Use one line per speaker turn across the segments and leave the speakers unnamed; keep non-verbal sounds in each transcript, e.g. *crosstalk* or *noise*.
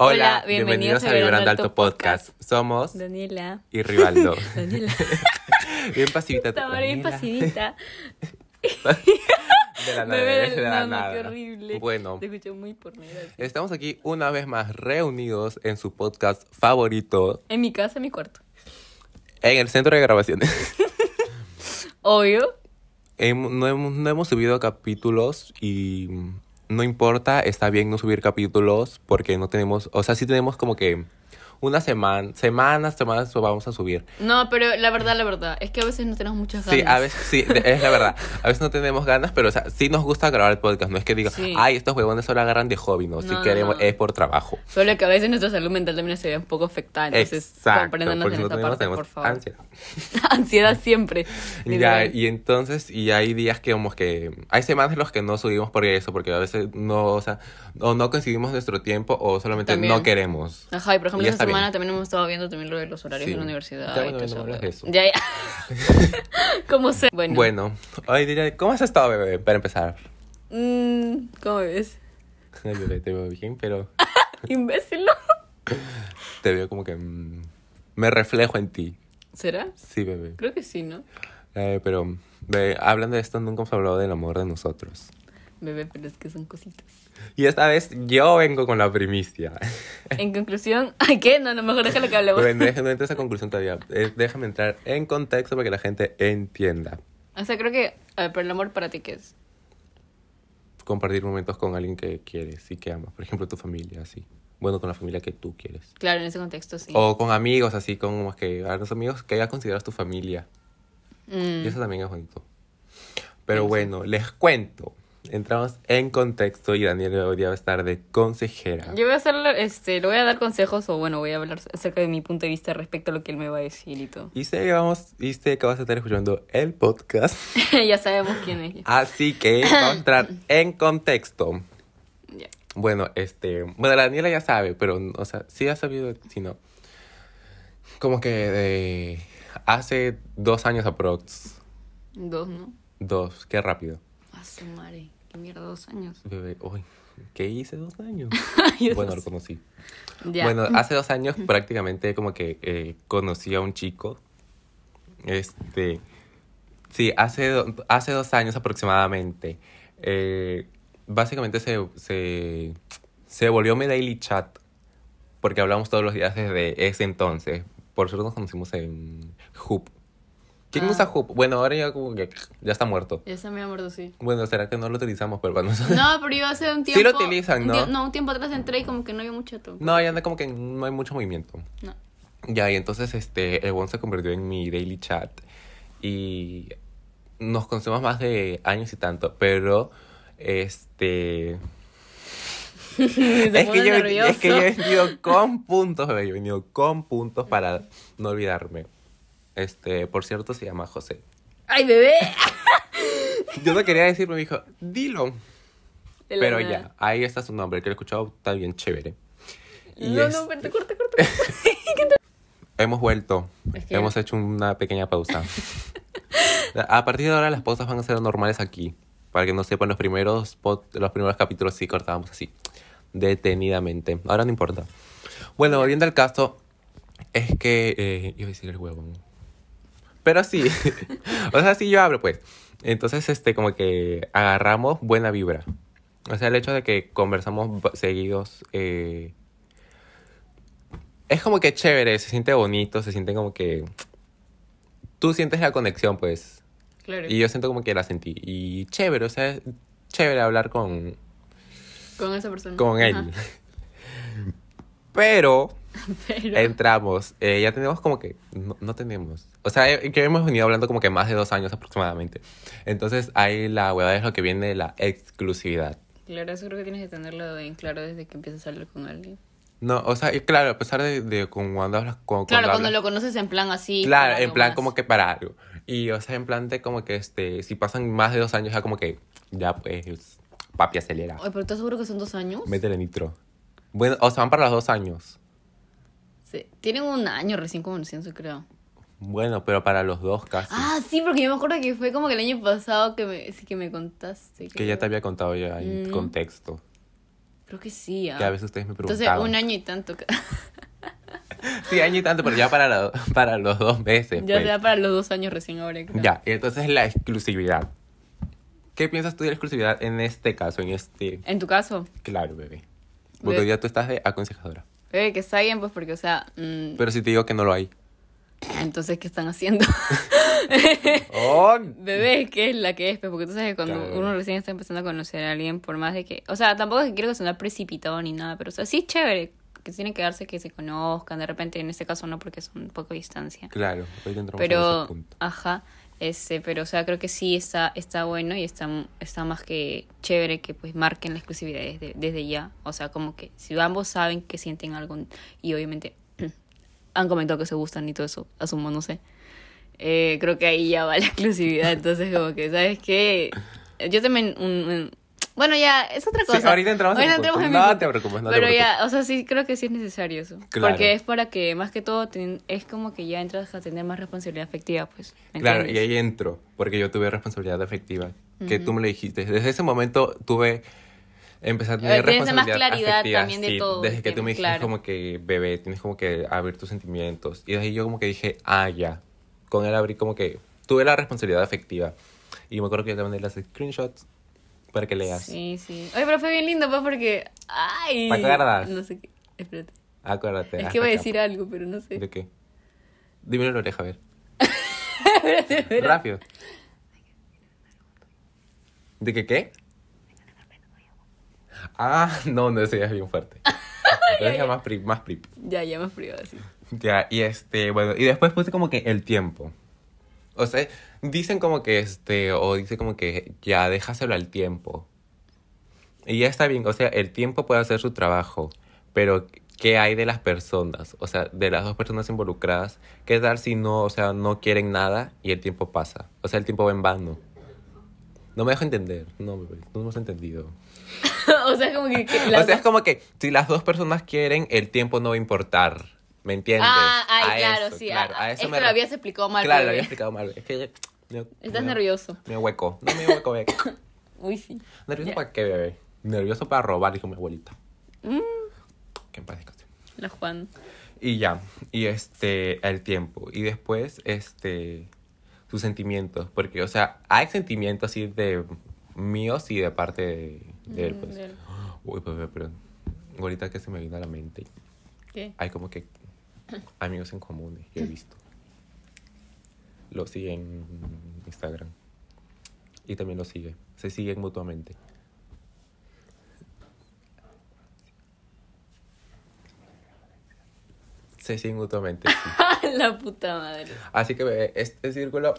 Hola, bienvenidos, a Vibrando Alto, Podcast. Somos
Daniela.
y *laughs* Rivaldo.
Daniela.
bien pasivita. tú,
Estaba bien
Daniela.
pasivita.
De la nada,
Bebé
de
del
la
nano, qué
nada.
horrible.
Bueno,
Te escuché muy pornera. así.
estamos aquí una vez más reunidos en su podcast favorito
En mi casa, en mi cuarto.
en el centro de grabaciones. *laughs*
Obvio.
Hem- no, hemos, no hemos subido capítulos y no importa, está bien no subir capítulos porque no tenemos, o sea, sí tenemos como que una semana, semanas, semanas vamos a subir.
No, pero la verdad, la verdad, es que a veces no tenemos muchas ganas.
Sí, a veces, sí, de- es la verdad. A veces no tenemos ganas, pero o sea, sí nos gusta grabar el podcast. No es que diga,
Sí.
ay, estos huevones solo agarran de hobby, no. Si
No, no,
queremos,
no.
es por trabajo.
*laughs* Solo que a veces nuestra salud mental también se ve un poco afectada. Entonces, compréndanos
porque
en esta
nosotros
parte,
tenemos
por favor.
ansiedad.
*laughs* Ansiedad siempre.
Ya, y entonces, y hay días que como que, hay semanas en los que no subimos por eso, porque a veces no, o sea, o no conseguimos nuestro tiempo o solamente no
También. Ah,
queremos.
Ajá, y por ejemplo,
Ya está
esta
bien.
semana también hemos estado viendo también lo de los horarios
Sí.
de la universidad.
Ya,
y
bueno, ya no
todo eso,
hables de eso.
Ya, ya.
*laughs*
¿Cómo sé? Bueno.
Bueno, hoy diré, ¿cómo has estado, bebé? Para empezar. *laughs*
Mm, ¿Cómo ves?
Ay, bebé, te veo bien, pero
Imbécil.
te veo como que mm, me reflejo en ti.
*laughs* ¿Será?
Sí, bebé.
Creo que sí, ¿no?
Eh, pero ve, hablando de esto, nunca hemos hablado del amor de nosotros.
Bebé, pero es que son cositas.
Y esta vez yo vengo con la primicia.
En conclusión, *laughs* ¿ay qué? No, no, mejor déjalo
*laughs*
que hablemos.
Bueno, deja- no entres a esa conclusión todavía. Eh, déjame entrar en contexto para que la gente entienda.
O sea, creo que. A ver, pero el amor para ti, ¿qué es?
Compartir momentos con alguien que quieres y que amas. Por ejemplo, tu familia, así. Bueno, con la familia que tú quieres.
Claro, en ese contexto sí.
O con amigos, así como que a los amigos que ya consideras tu familia.
Mm,
Y eso también es bonito. Pero bueno, les cuento. Entramos en contexto y Daniel hoy día va a estar de consejera.
Yo voy a hacer, este, le voy a dar consejos o bueno, voy a hablar acerca de mi punto de vista respecto a lo que él me va a decir y todo. *laughs*
Y sé que vamos, y sé que vas a estar escuchando el podcast.
ya sabemos quién es.
Así que vamos a entrar en contexto.
Ya.
Bueno, este. Bueno, la Daniela ya sabe, pero, o sea, sí ha sabido, si no. Como que de. Hace dos años aprox.
Dos, ¿no?
Dos, qué rápido.
A su madre. Qué mierda, dos años. *laughs*
Bebé, uy, ¿qué hice dos años?
Yo
bueno,
no
lo conocí.
Ya. Mm.
Bueno, hace dos años prácticamente como que eh, conocí a un chico. Este. Sí, hace, do- hace dos años aproximadamente. Eh, básicamente se, se, se volvió mi daily chat. Porque hablamos todos los días desde ese entonces. Por suerte nos conocimos en Hoop. ¿Quién
Ah.
usa Hoop? Bueno, ahora ya como que ya está muerto.
Ya se me
*laughs*
amor, sí.
Bueno, será que no lo utilizamos, pero bueno.
No, pero yo hace un
Sí
tiempo.
lo utilizan,
un
¿no?
tie- No, un tiempo atrás entré y como que no había mucho tronco.
*laughs* No, ya anda como que no hay mucho movimiento.
No.
Ya, y entonces este, el Won se convirtió en mi daily chat. Y nos conocemos más de años y tanto, pero este.
*laughs* Se
Es que,
pone
yo,
nervioso.
es que yo he
*laughs*
venido con puntos, bebé. Yo he venido con puntos para no olvidarme. Este, por cierto, se llama José.
¡Ay, bebé!
Yo no quería decir, pero me dijo, dilo.
De
*laughs*
la
Pero
nada.
ya, ahí está su nombre, el que lo he escuchado está bien chévere. Y
No,
este,
no, pero corta,
*laughs*
corta.
Hemos vuelto.
Es que-
Hemos hecho una pequeña
*laughs*
pausa. a partir de ahora las pausas van a ser normales aquí. Para que no sepan, los primeros, pod- los primeros capítulos sí cortábamos así. Detenidamente. Ahora no importa. Bueno, volviendo al caso, es que... eh, iba a decir el huevo. Pero sí. *laughs* o sea, sí yo hablo, pues. Entonces, este, como que agarramos buena vibra. O sea, el hecho de que conversamos ba- seguidos... eh, es como que chévere, se siente bonito, se siente como que... Tú sientes la conexión, pues.
Claro.
Y yo siento como que la sentí. Y chévere, o sea, es chévere hablar con,
Con esa persona.
con él.
Ajá.
*laughs* Pero
Pero.
entramos, eh, ya tenemos como que, no, no tenemos. O sea, eh, que hemos venido hablando como que más de dos años aproximadamente. Entonces ahí la huevada es lo que viene de la exclusividad.
Claro, eso creo que tienes que tenerlo en claro desde que empiezas a hablar con alguien.
No, o sea, y claro, a pesar de, de con cuando hablas con...
Claro, cuando
hablas-
lo conoces en plan así.
Claro, en plan como que para algo. Y o sea, en plan de como que este, si pasan más de dos años ya como que, ya pues, papi acelera.
Oye, pero ¿estás seguro que son dos años?
Métele nitro. Bueno, o sea, van para los dos años.
Sí. Tienen un año recién conociéndose, creo.
Bueno, pero para los dos casi.
Ah, sí, porque yo me acuerdo que fue como que el año pasado que me, sí, que me contaste.
que ya te había contado ya en
Mm.
contexto.
Creo que sí. ¿ah?
Que a veces ustedes me
Entonces,
preguntaban.
un año y tanto. ca-
Sí, año y tanto, pero ya para, la- *laughs* para los dos meses.
*laughs* ya
pues.
se da para los dos años recién ahora. creo.
Ya, y entonces la exclusividad. ¿Qué piensas tú de la exclusividad en este caso, en este?
En tu caso,
Claro, bebé. Porque
Bebé.
ya tú estás de aconsejadora.
eh, que está bien, pues porque, o sea, mm,
Pero si te digo que no lo hay.
entonces, ¿qué están
*laughs*
haciendo? *laughs*
¡Oh!
Bebé, que es la que es, pues, porque tú sabes que cuando
Claro.
uno recién está empezando a conocer a alguien, por más de que, o sea, tampoco es que quiero que sonar precipitado ni nada, pero, o sea, sí es chévere que tienen que darse que se conozcan, de repente, en este caso no, porque son un poco de distancia.
*laughs* Claro, hoy te entramos en ese
Pero,
punto.
ajá, este, pero, o sea, creo que sí está, está bueno y está, está más que chévere que, pues, marquen la exclusividad desde, desde ya. O sea, como que si ambos saben que sienten algo, y obviamente *clears throat* han comentado que se gustan y todo eso, asumo, no sé. Eh, creo que ahí ya va la *laughs* exclusividad, entonces como que, ¿sabes qué? Yo también un... un- bueno, ya, es otra
Sí,
cosa.
ahorita entramos en
Ahorita
tu
entramos
punto.
en
No
mi
te
punto.
preocupes, no te
Pero ya, o sea, sí, creo que sí es necesario eso.
Claro.
Porque es para que, más que todo, ten- es como que ya entras a tener más responsabilidad afectiva, pues. ¿me
Claro, y
entiendes?
ahí entro, porque yo tuve responsabilidad afectiva, que tú me lo dijiste. Desde ese momento tuve, empecé a tener
Eh, tienes más
responsabilidad
claridad
afectiva,
también de
sí.
todo,
Desde que tú me dijiste
claro.
como que, bebé, tienes como que abrir tus sentimientos. Y ahí yo como que dije, ah, ya. Con él abrí como que, tuve la responsabilidad afectiva. Y me acuerdo que yo te mandé las screenshots para que leas.
Sí, sí. Oye, pero fue bien lindo, pues, porque... ¡Ay!
¿Te acuerdas?
No sé qué. Espérate.
Acuérdate.
Es
hasta
que voy a
acá.
decir algo, pero no sé.
¿De qué? Dímelo en la oreja, a ver. Rápido. ¿De qué qué? Ah, no, no, ese ya es bien fuerte. Lo dije más prip, más prip.
Ya, ya más privado, sí.
Ya, y este, bueno, y después puse como que el tiempo. O sea, dicen como que este, o dice como que ya déjaselo al tiempo. Y ya está bien, o sea, el tiempo puede hacer su trabajo, pero ¿qué hay de las personas? O sea, de las dos personas involucradas, ¿qué tal si no, o sea, no quieren nada y el tiempo pasa? O sea, el tiempo va en vano. No me dejo entender, no, bebé, no hemos entendido.
*laughs* o sea, como que... *laughs* que las
o sea, es
dos-
como que si las dos personas quieren, el tiempo no va a importar. ¿Me entiendes?
Ah, ay,
A
claro,
eso,
sí.
claro,
ah,
a eso
es
me
que lo
re-
habías explicado mal.
Claro, lo
pero-
había explicado mal. Es que. me-
Estás
me-
nervioso.
Me hueco. No me hueco,
*laughs*
bebé.
Uy, sí.
¿Nervioso
Ya.
para qué, bebé? Nervioso para robar, dijo mi abuelita.
Mm.
Que en paz descanse.
La Juan.
Y ya. Y este. El tiempo. Y después, este. Sus sentimientos. Porque, o sea, hay sentimientos así de. Míos y de parte de, de él,
Mm,
pues.
de él.
Uy, bebé, pero. Ahorita que se me vino a la mente.
¿Qué?
hay como que amigos en común que he visto. Lo sigue en Instagram. Y también lo sigue. Se siguen mutuamente. Se siguen mutuamente. sí.
*laughs* la puta madre.
Así que bebé, este círculo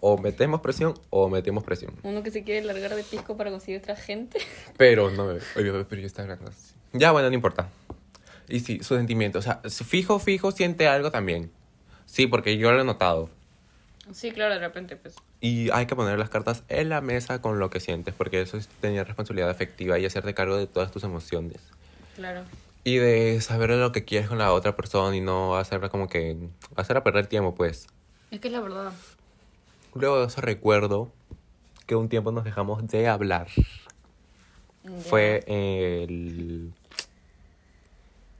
o metemos presión o metemos presión.
Uno que se quiere largar de pisco para conseguir otra gente.
Pero no, bebé. Oye, bebé, pero yo estaba hablando así. Ya, bueno, no importa. Y sí, su sentimiento. O sea, si fijo, fijo, siente algo también. Sí, porque yo lo he notado.
Sí, claro, de repente, pues.
Y hay que poner las cartas en la mesa con lo que sientes, porque eso es tener responsabilidad afectiva y hacerte cargo de todas tus emociones.
Claro.
Y de saber lo que quieres con la otra persona y no hacerla como que... Hacerla perder tiempo, pues.
Es que es la verdad.
Luego de eso recuerdo que un tiempo nos dejamos de hablar. Fue el...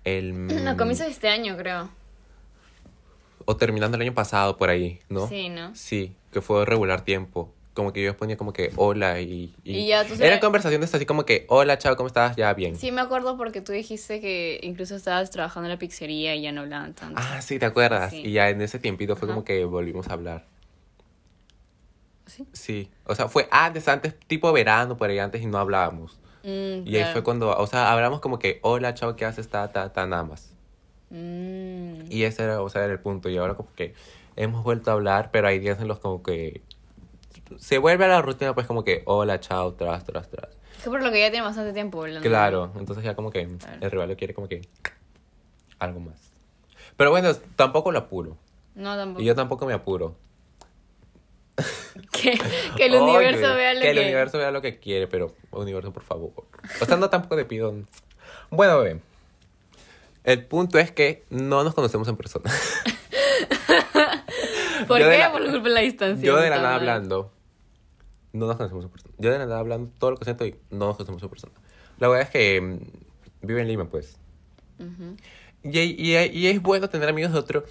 El...
A comienzos de este año, creo.
O terminando el año pasado por ahí, ¿no?
Sí, ¿no?
Sí, que fue regular tiempo. Como que yo ponía como que hola y...
Y ya, tú sabes-
Eran conversaciones así como que hola, chao, ¿cómo estás? Ya, bien.
Sí, me acuerdo porque tú dijiste que incluso estabas trabajando en la pizzería y ya no hablaban tanto.
Ah, sí, ¿te acuerdas?
Sí.
Y ya en ese tiempito fue
Ajá.
como que volvimos a hablar.
¿Sí?
Sí, o sea, fue antes, antes, tipo verano, por ahí antes y no hablábamos.
Mm,
Y ahí
claro.
fue cuando, o sea, hablamos como que hola, chao, ¿qué haces? Ta, ta, ta, nada más.
Mm.
Y ese era, o sea, era el punto. Y ahora como que hemos vuelto a hablar, pero hay días en los como que... Se vuelve a la rutina pues como que hola, chao, tras, tras, tras.
Es que por lo que ya tiene bastante tiempo hablando.
Claro, entonces ya como que
Claro.
el rival lo quiere como que algo más. Pero bueno, tampoco lo apuro.
No, tampoco.
Y yo tampoco me apuro.
*laughs* Que, que el
Oye,
universo vea lo que...
el universo vea lo que quiere, pero universo, por favor. O sea, no tampoco te pido. un- Bueno, bebé. El punto es que no nos conocemos en
*laughs*
persona.
¿Por
Yo de
qué?
la-
Por culpa de la distancia.
yo de
puta
la nada
madre.
hablando. No nos conocemos en persona. Yo de la nada hablando todo lo que siento y no nos conocemos en persona. La verdad es que mm, vive en Lima, pues.
Ujú.
Y, y- y es bueno tener amigos de otro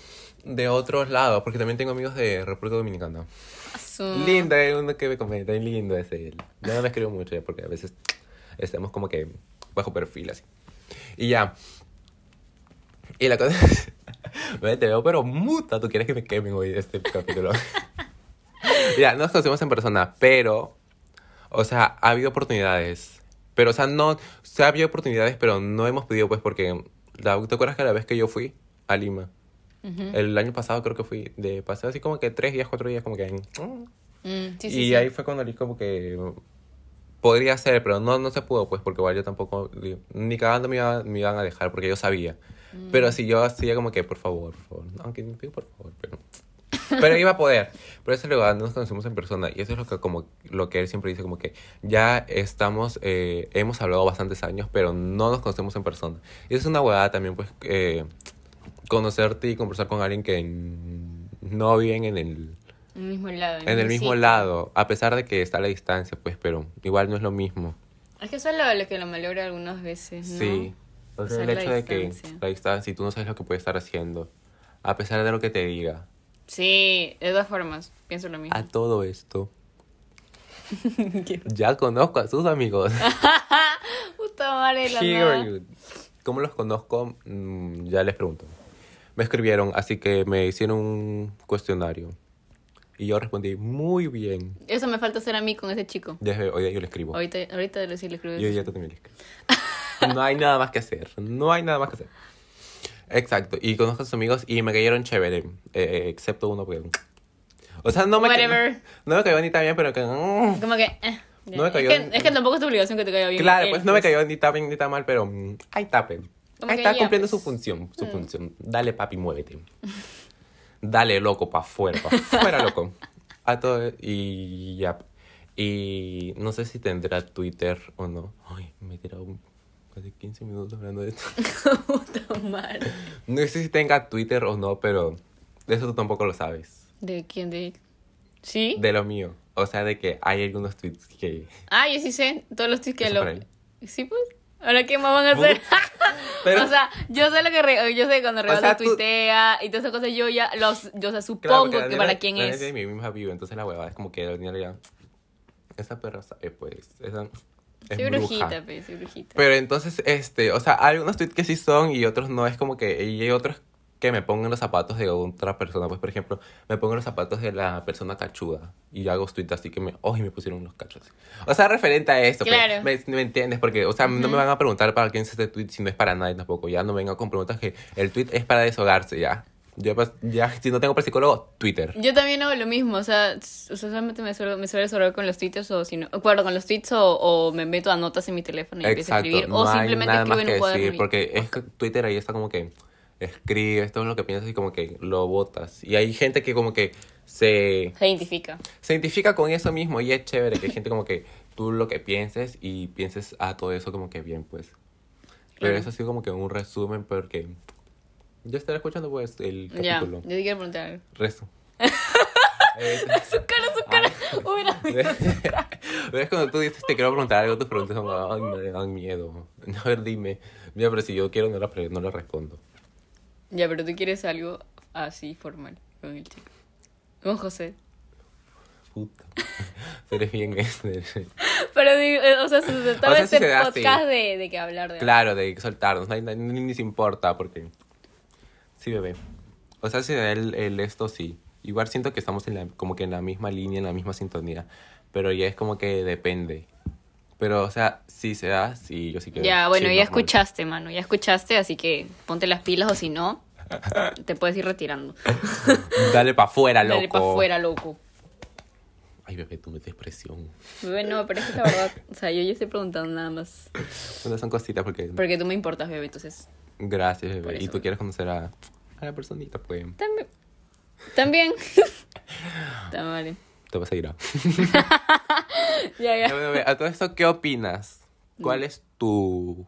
de otros lados, porque también tengo amigos de República Dominicana.
Asu.
Lindo, hay uno que me comenta, "Ay, lindo ese él. Yo no me escribo mucho ya, porque a veces estamos como que bajo perfil así. Y ya. Y la cosa es, *laughs* "Ve, te veo pero muta, tú quieres que me quemen hoy este capítulo. ya, no nos conocimos en persona, pero, o sea, ha habido oportunidades. Pero, o sea, no, o sea, ha habido oportunidades, pero no hemos podido, pues, porque, la- ¿te acuerdas que la vez que yo fui a Lima? El año pasado creo que fui de paseo así como que tres días, cuatro días, como que... mm,
Mm, sí, sí,
y
sí.
ahí fue cuando dije como que podría ser, pero no, no se pudo, pues, porque igual yo tampoco, digo, ni cagando me, iba- me iban a dejar, porque yo sabía.
Mm.
Pero si yo hacía como que, por favor, por favor, aunque no pido por favor, pero... Pero iba a poder. Pero ese lugar nos conocimos en persona y eso es lo que, como, lo que él siempre dice, como que ya estamos, eh, hemos hablado bastantes años, pero no nos conocemos en persona. Y es una huevada también, pues, eh, conocerte y conversar con alguien que mm, no viven en el
En el mismo lado.
en el mismo
sitio.
lado, a pesar de que está a la distancia, pues, pero igual no es lo mismo.
Es que eso es lo, lo que lo malogra algunas veces, ¿no?
Sí. O sea,
Usar
el
la
hecho de que
distancia.
la distancia y tú no sabes lo que puede estar haciendo, a pesar de lo que te diga,
Sí, de todas formas, pienso lo mismo.
a todo esto, ya conozco a sus amigos.
*laughs* Puta madre, la nada.
Period. ¿Cómo los conozco? Mm, Ya les pregunto. Me escribieron, así que me hicieron un cuestionario. Y yo respondí muy bien.
Eso me falta hacer a mí con ese chico.
Desde hoy día yo le escribo.
Ahorita, ahorita de decirle creo
Yo ya también No hay nada más que hacer. No hay nada más que hacer. Exacto. Y conozco a sus amigos y me cayeron chévere. eh, excepto uno porque. O sea, no me, ca-
Whatever.
no me cayó ni tan bien, pero que. mm,
Como que. eh, ya.
No me cayó-
es, que, es que tampoco es tu obligación que te caiga bien.
claro,
él,
pues no me cayó ni tan bien ni tan mal, pero. mm, ahí está, pe.
Como
Ahí
que
está
ya,
cumpliendo
pues.
su función. Su función. Dale, papi, muévete. *laughs* Dale, loco, pa' afuera, pa' afuera,
*laughs*
loco. A todo. Y ya. Y no sé si tendrá Twitter o no. Ay, me he tirado un- casi 15 minutos hablando de esto. *laughs*
*laughs* Puta madre.
No sé si tenga Twitter o no, pero de eso tú tampoco lo sabes.
¿De quién? ¿De él? ¿Sí?
De lo mío. O sea, de que hay algunos tweets
*laughs*
que...
Ah, yo sí sé. Todos los tweets que
Eso
lo.
para él.
Sí, pues. Ahora, ¿qué más van a hacer?
*laughs* Pero-
o sea, yo sé lo que re- yo sé cuando Rebaldo
sea, tú-
tuitea y todas esas cosas, yo ya los, yo o sea,
Claro,
supongo
porque
que
Daniela-
para quién
Daniela
es.
tiene mi misma vivo, entonces la huevada es como que la Daniela ya... Esa perra sabe, pues. Esa es
Soy
bruja.
brujita, pe, soy brujita.
Pero entonces, este, o sea, hay unos tweets que sí son y otros no. Es como que... Y hay otros que me pongo en los zapatos de otra persona. Pues, por ejemplo, me pongo en los zapatos de la persona cachuda. Y hago tweets así que me... ¡Oh! Y me pusieron unos cachos. O sea, referente a esto. pues,
Claro.
me, me entiendes? Porque, o sea, no me van a preguntar para quién es este tweet si no es para nadie tampoco. Ya no vengan con preguntas que el tweet es para deshogarse, ya. Yo, pues, ya, si no tengo para psicólogo, Twitter.
Yo también hago lo mismo, o sea, s- o sea solamente me suelo, me suelo sorber con los tweets o si no, acuerdo, con los tweets o, o me meto a notas en mi teléfono y empiezo a escribir
no
o
hay
simplemente
nada
escribo
más
en
que
un cuaderno.
decir,
y-
porque es que Twitter ahí está como que escribe, esto es lo que piensas y como que lo botas. Y hay gente que como que se,
Se identifica.
se identifica con eso mismo y es chévere que hay gente como que tú lo que pienses y pienses a todo eso como que bien, pues. Pero
Claro.
eso ha sido como que un resumen porque yo estaré escuchando pues el
Ya, yo
capítulo.
te quiero preguntar
*laughs*
algo. *laughs*
Rezo.
Su cara, su cara. Uy, no.
¿Ves cuando tú dices te quiero preguntar algo? Tus preguntas son, ay, me dan miedo. *laughs* A ver, dime. Mira, pero si yo quiero, no la, pre- no la respondo.
Ya, pero tú quieres algo así formal con el chico. Con José.
Puta. *laughs* Tú eres bien este.
*laughs* Pero digo, eh, o sea, se trataba
O sea,
de
sí se
este
da, sí.
podcast de, de que hablar de
Claro, de soltarnos. no hay- no- ni, ni se importa porque. Sí, bebé. O sea, si da el, el esto, sí. Igual siento que estamos en la, como que en la misma línea, en la misma sintonía. Pero ya es como que depende. Pero, o sea, si se da, sí, yo sí quiero.
Ya, bueno,
Sí, normal.
ya escuchaste, mano, ya escuchaste, así que ponte las pilas o si no,
*laughs*
te puedes ir retirando.
*laughs* Dale pa' afuera, loco.
Dale para afuera, loco.
Ay, bebé, tú metes presión.
Bebé, no, pero es que la verdad, o sea, yo ya estoy preguntando nada más.
Bueno, son cositas porque...
Porque tú me importas, bebé, entonces.
Gracias,
Por
bebé. Y
eso.
tú quieres conocer a, a la personita, pues
También.
*laughs*
También. Está vale.
te vas a ir a...
Ya,
*laughs* Ya,
ya.
bebé, a todo esto, ¿qué opinas?
Mm.
¿Cuál es tu...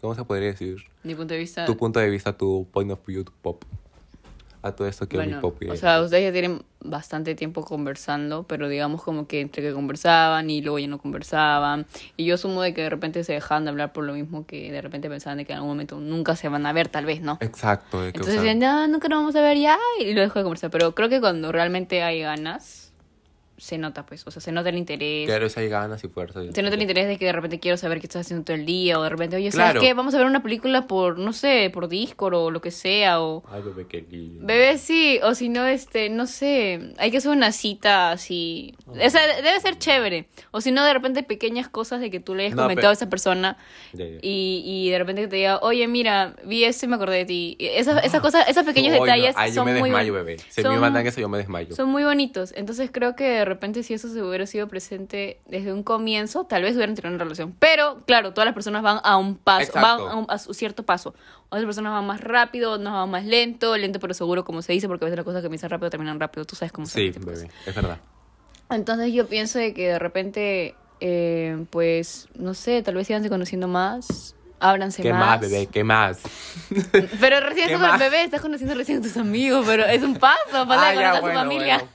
¿Cómo se podría decir?
Mi punto de vista.
Tu punto de vista, tu point of view, tu pop. A todo esto que
Bueno,
Olipop y-
o sea, ustedes ya tienen bastante tiempo conversando, pero digamos como que entre que conversaban y luego ya no conversaban. Y yo asumo de que de repente se dejaban de hablar por lo mismo que de repente pensaban de que en algún momento nunca se van a ver, tal vez, ¿no?
Exacto. de que, o
Entonces
sea,
decían, no, nunca nos vamos a ver ya, y lo dejo de conversar. Pero creo que cuando realmente hay ganas, se nota, pues, o sea, se nota el interés.
claro, esa hay ganas y fuerza. y-
Se nota el interés de que de repente quiero saber qué estás haciendo todo el día, o de repente, oye, ¿sabes
Claro.
qué? Vamos a ver una película por, no sé, por Discord o lo que sea, o...
Ay, bebé, qué lindo.
Bebé sí, o si no, este, no sé, hay que hacer una cita así. O sea, debe ser chévere. O si no, de repente pequeñas cosas de que tú le hayas
No,
comentado
pero-
a esa persona
Ya, ya.
y, y de repente que te diga, oye, mira, vi esto y me acordé de ti. Y Esas, esas cosas, esos pequeños
Ay, Ah. no,
detalles
Ay, yo
son
me
muy
desmayo,
bon-
bebé. Si me
son-
mandan eso, yo me desmayo.
Son muy bonitos. Entonces creo que de repente si eso se hubiera sido presente desde un comienzo, tal vez hubieran tenido una relación. Pero claro, todas las personas van a un paso,
Exacto.
van a un, a su cierto paso. Otras personas van más rápido, otras van más lento, lento pero seguro como se dice, porque a veces las cosas que empiezan rápido terminan rápido. Tú sabes cómo se
Sí, bebé, es verdad.
entonces yo pienso de que de repente, eh, pues, no sé, tal vez síganse conociendo más, ábranse
¿Qué más,
más.
bebé? ¿Qué más?
Pero recién
¿Qué
estás con el
más?
bebé, estás conociendo recién a tus amigos, pero es un paso, pasa
Ah,
de
ya,
conocer a tu
bueno,
familia.
bueno.
*laughs*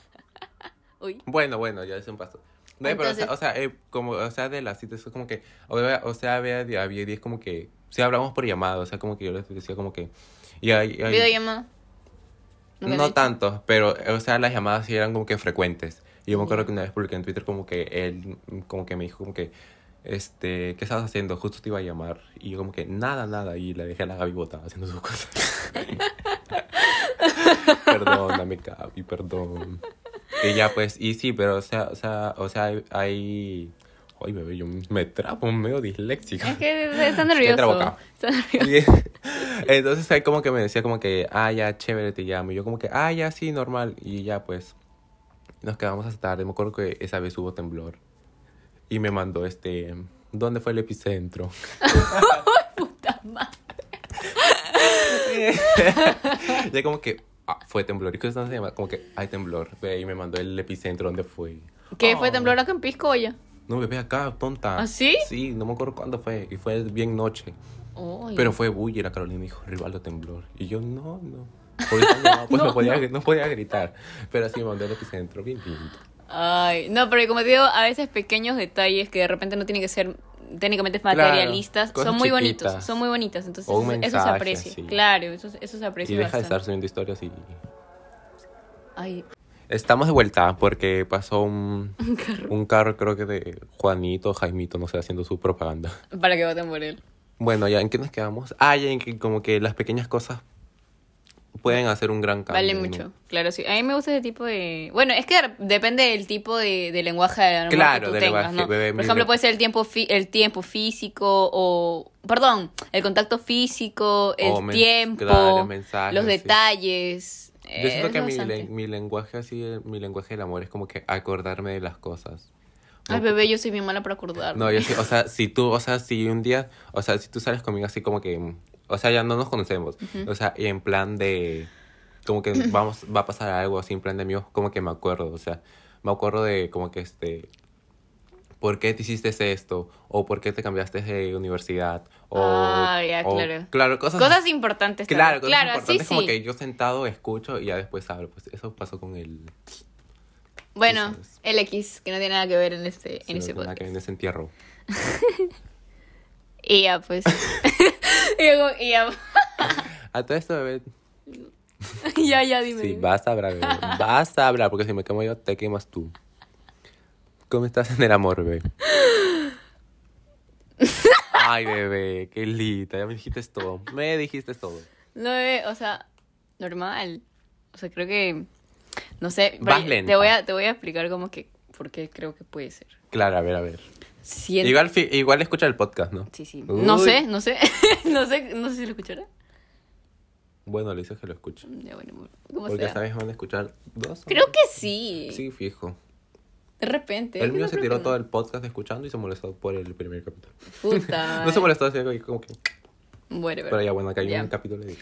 Uy.
Bueno, bueno, ya es un paso. No, pero, o sea,
Entonces-
o sea, eh, como, o sea, de las citas, es como que, o, sea, o sea, había, había días como que, si hablamos por llamada, o sea, como que yo les decía como que, y ahí- ahí-
Videollamada. Nunca te he
no
dicho.
tantos, pero, o sea, las llamadas sí eran como que frecuentes. Y yo me acuerdo que una vez publiqué en Twitter como que él, mm, como que me dijo como que, este, ¿qué estabas haciendo? Justo te iba a llamar. Y yo como que, nada, nada, y la dejé a la Gaby botada haciendo sus cosas. *laughs* Perdóname, Gaby, perdón. Y ya, pues, y sí, pero, o sea, o sea, o sea, hay... hay- Ay, bebé, yo me trapo medio disléxico.
Es que está
trabocado.
nervioso. Está *laughs* nervioso.
Y- Entonces él como que me decía como que, ah, ya, chévere, te llamo. Y yo como que, ah, ya, sí, normal. Y ya, pues, nos quedamos hasta tarde. Me acuerdo que esa vez hubo temblor. Y me mandó este, ¿dónde fue el
*laughs*
epicentro? *laughs* ya como que, ah, fue temblor. ¿Y qué se llama? Como que, ay, temblor. Ve, Y me mandó el epicentro, ¿dónde fue?
¿Qué fue
Oh.
temblor acá en Pisco oye?
No, bebé, acá, tonta.
¿Ah, sí?
Sí, no me acuerdo cuándo fue. Y fue bien noche.
Oye.
Pero fue bulla y la Carolina dijo, Rivaldo temblor. Y yo, no, no. Por eso no,
*laughs*
pues no,
No,
podía, no podía gritar. Pero así me mandó el epicentro, bien lindo.
Ay, no, pero como te digo, a veces pequeños detalles que de repente no tienen que ser técnicamente
Claro,
materialistas
cosas
son muy
chiquitas.
bonitos, son muy bonitas, entonces
O un
eso, eso se
mensaje,
aprecia,
sí.
claro, eso, eso se
Y
aprecia
deja de estar
bastante.
subiendo historias y...
Ay, *laughs*
Estamos de vuelta porque pasó un, un, carro. creo que de Juanito, Jaimito, no sé, haciendo su propaganda.
para que voten por él.
Bueno, ya, ¿en qué nos quedamos? Ah, ya, en que como que las pequeñas cosas pueden hacer un gran cambio.
Vale
¿no?
mucho, claro, sí. A mí me gusta ese tipo de... Bueno, es que depende del tipo de, de lenguaje de amor
Claro,
que tú
del
tengas,
lenguaje,
¿no?
bebé, mi-
Por ejemplo, puede ser el tiempo, fi- el tiempo físico o... Perdón, el contacto físico, el
O men-
tiempo,
claro, mensajes,
los
sí.
detalles. eh,
Yo siento
es
que mi,
bastante.
len- mi lenguaje así, eh, mi lenguaje del amor es como que acordarme de las cosas.
Ay, bebé, yo soy bien mala para acordarme.
No, yo sí, o sea, si tú, o sea, si un día, o sea, si tú sales conmigo así como que, mm, o sea, ya no nos conocemos, o sea, y en plan de, como
*clears throat*
que vamos, va a pasar algo así, en plan de amigos, como que me acuerdo, o sea, me acuerdo de como que este, ¿por qué te hiciste esto? O ¿por qué te cambiaste de universidad? O,
Ah, ya,
o-
claro.
Claro, cosas,
*laughs* Cosas importantes. también.
claro, cosas
claro,
importantes,
sí,
como
sí.
que yo sentado escucho y ya después hablo, pues eso pasó con el,
Bueno,
Tú sabes.
el X, que no tiene nada que ver en este, en este podcast.
en ese entierro.
Y ya, pues. *laughs* y yo como- y ya, *laughs*
A todo esto, bebé,
ya, ya, dime.
Sí,
dime.
vas a hablar,
*laughs*
bebé. Vas a hablar, porque si me quemo yo, te quemas tú. ¿Cómo estás en el amor,
*laughs*
bebé? Ay, bebé, qué linda. Ya me dijiste todo. Me dijiste todo.
No, bebé, o sea, normal. O sea, creo que. No sé.
Vas
porque
lenta.
Te voy, a, te voy a explicar como que. ¿Por qué creo que puede ser?
Claro, a ver, a ver.
Siento.
Igual, fi- igual escucha el podcast, ¿no?
Sí, sí. No
Uy.
sé, no sé. *laughs* no sé, no sé si lo escuchará.
Bueno, le dices que lo escucho.
Ya, bueno, como
Porque
sea.
esta vez van a escuchar dos. o
Creo
no?
que sí.
Sí, fijo.
De repente.
El
yo
mío
no
se
creo
tiró
que no.
todo el podcast escuchando y se molestó por el primer capítulo. *laughs*
Puta.
No se molestó, así que como que.
Bueno,
Pero ya, bueno, acá hay
ya.
un capítulo de.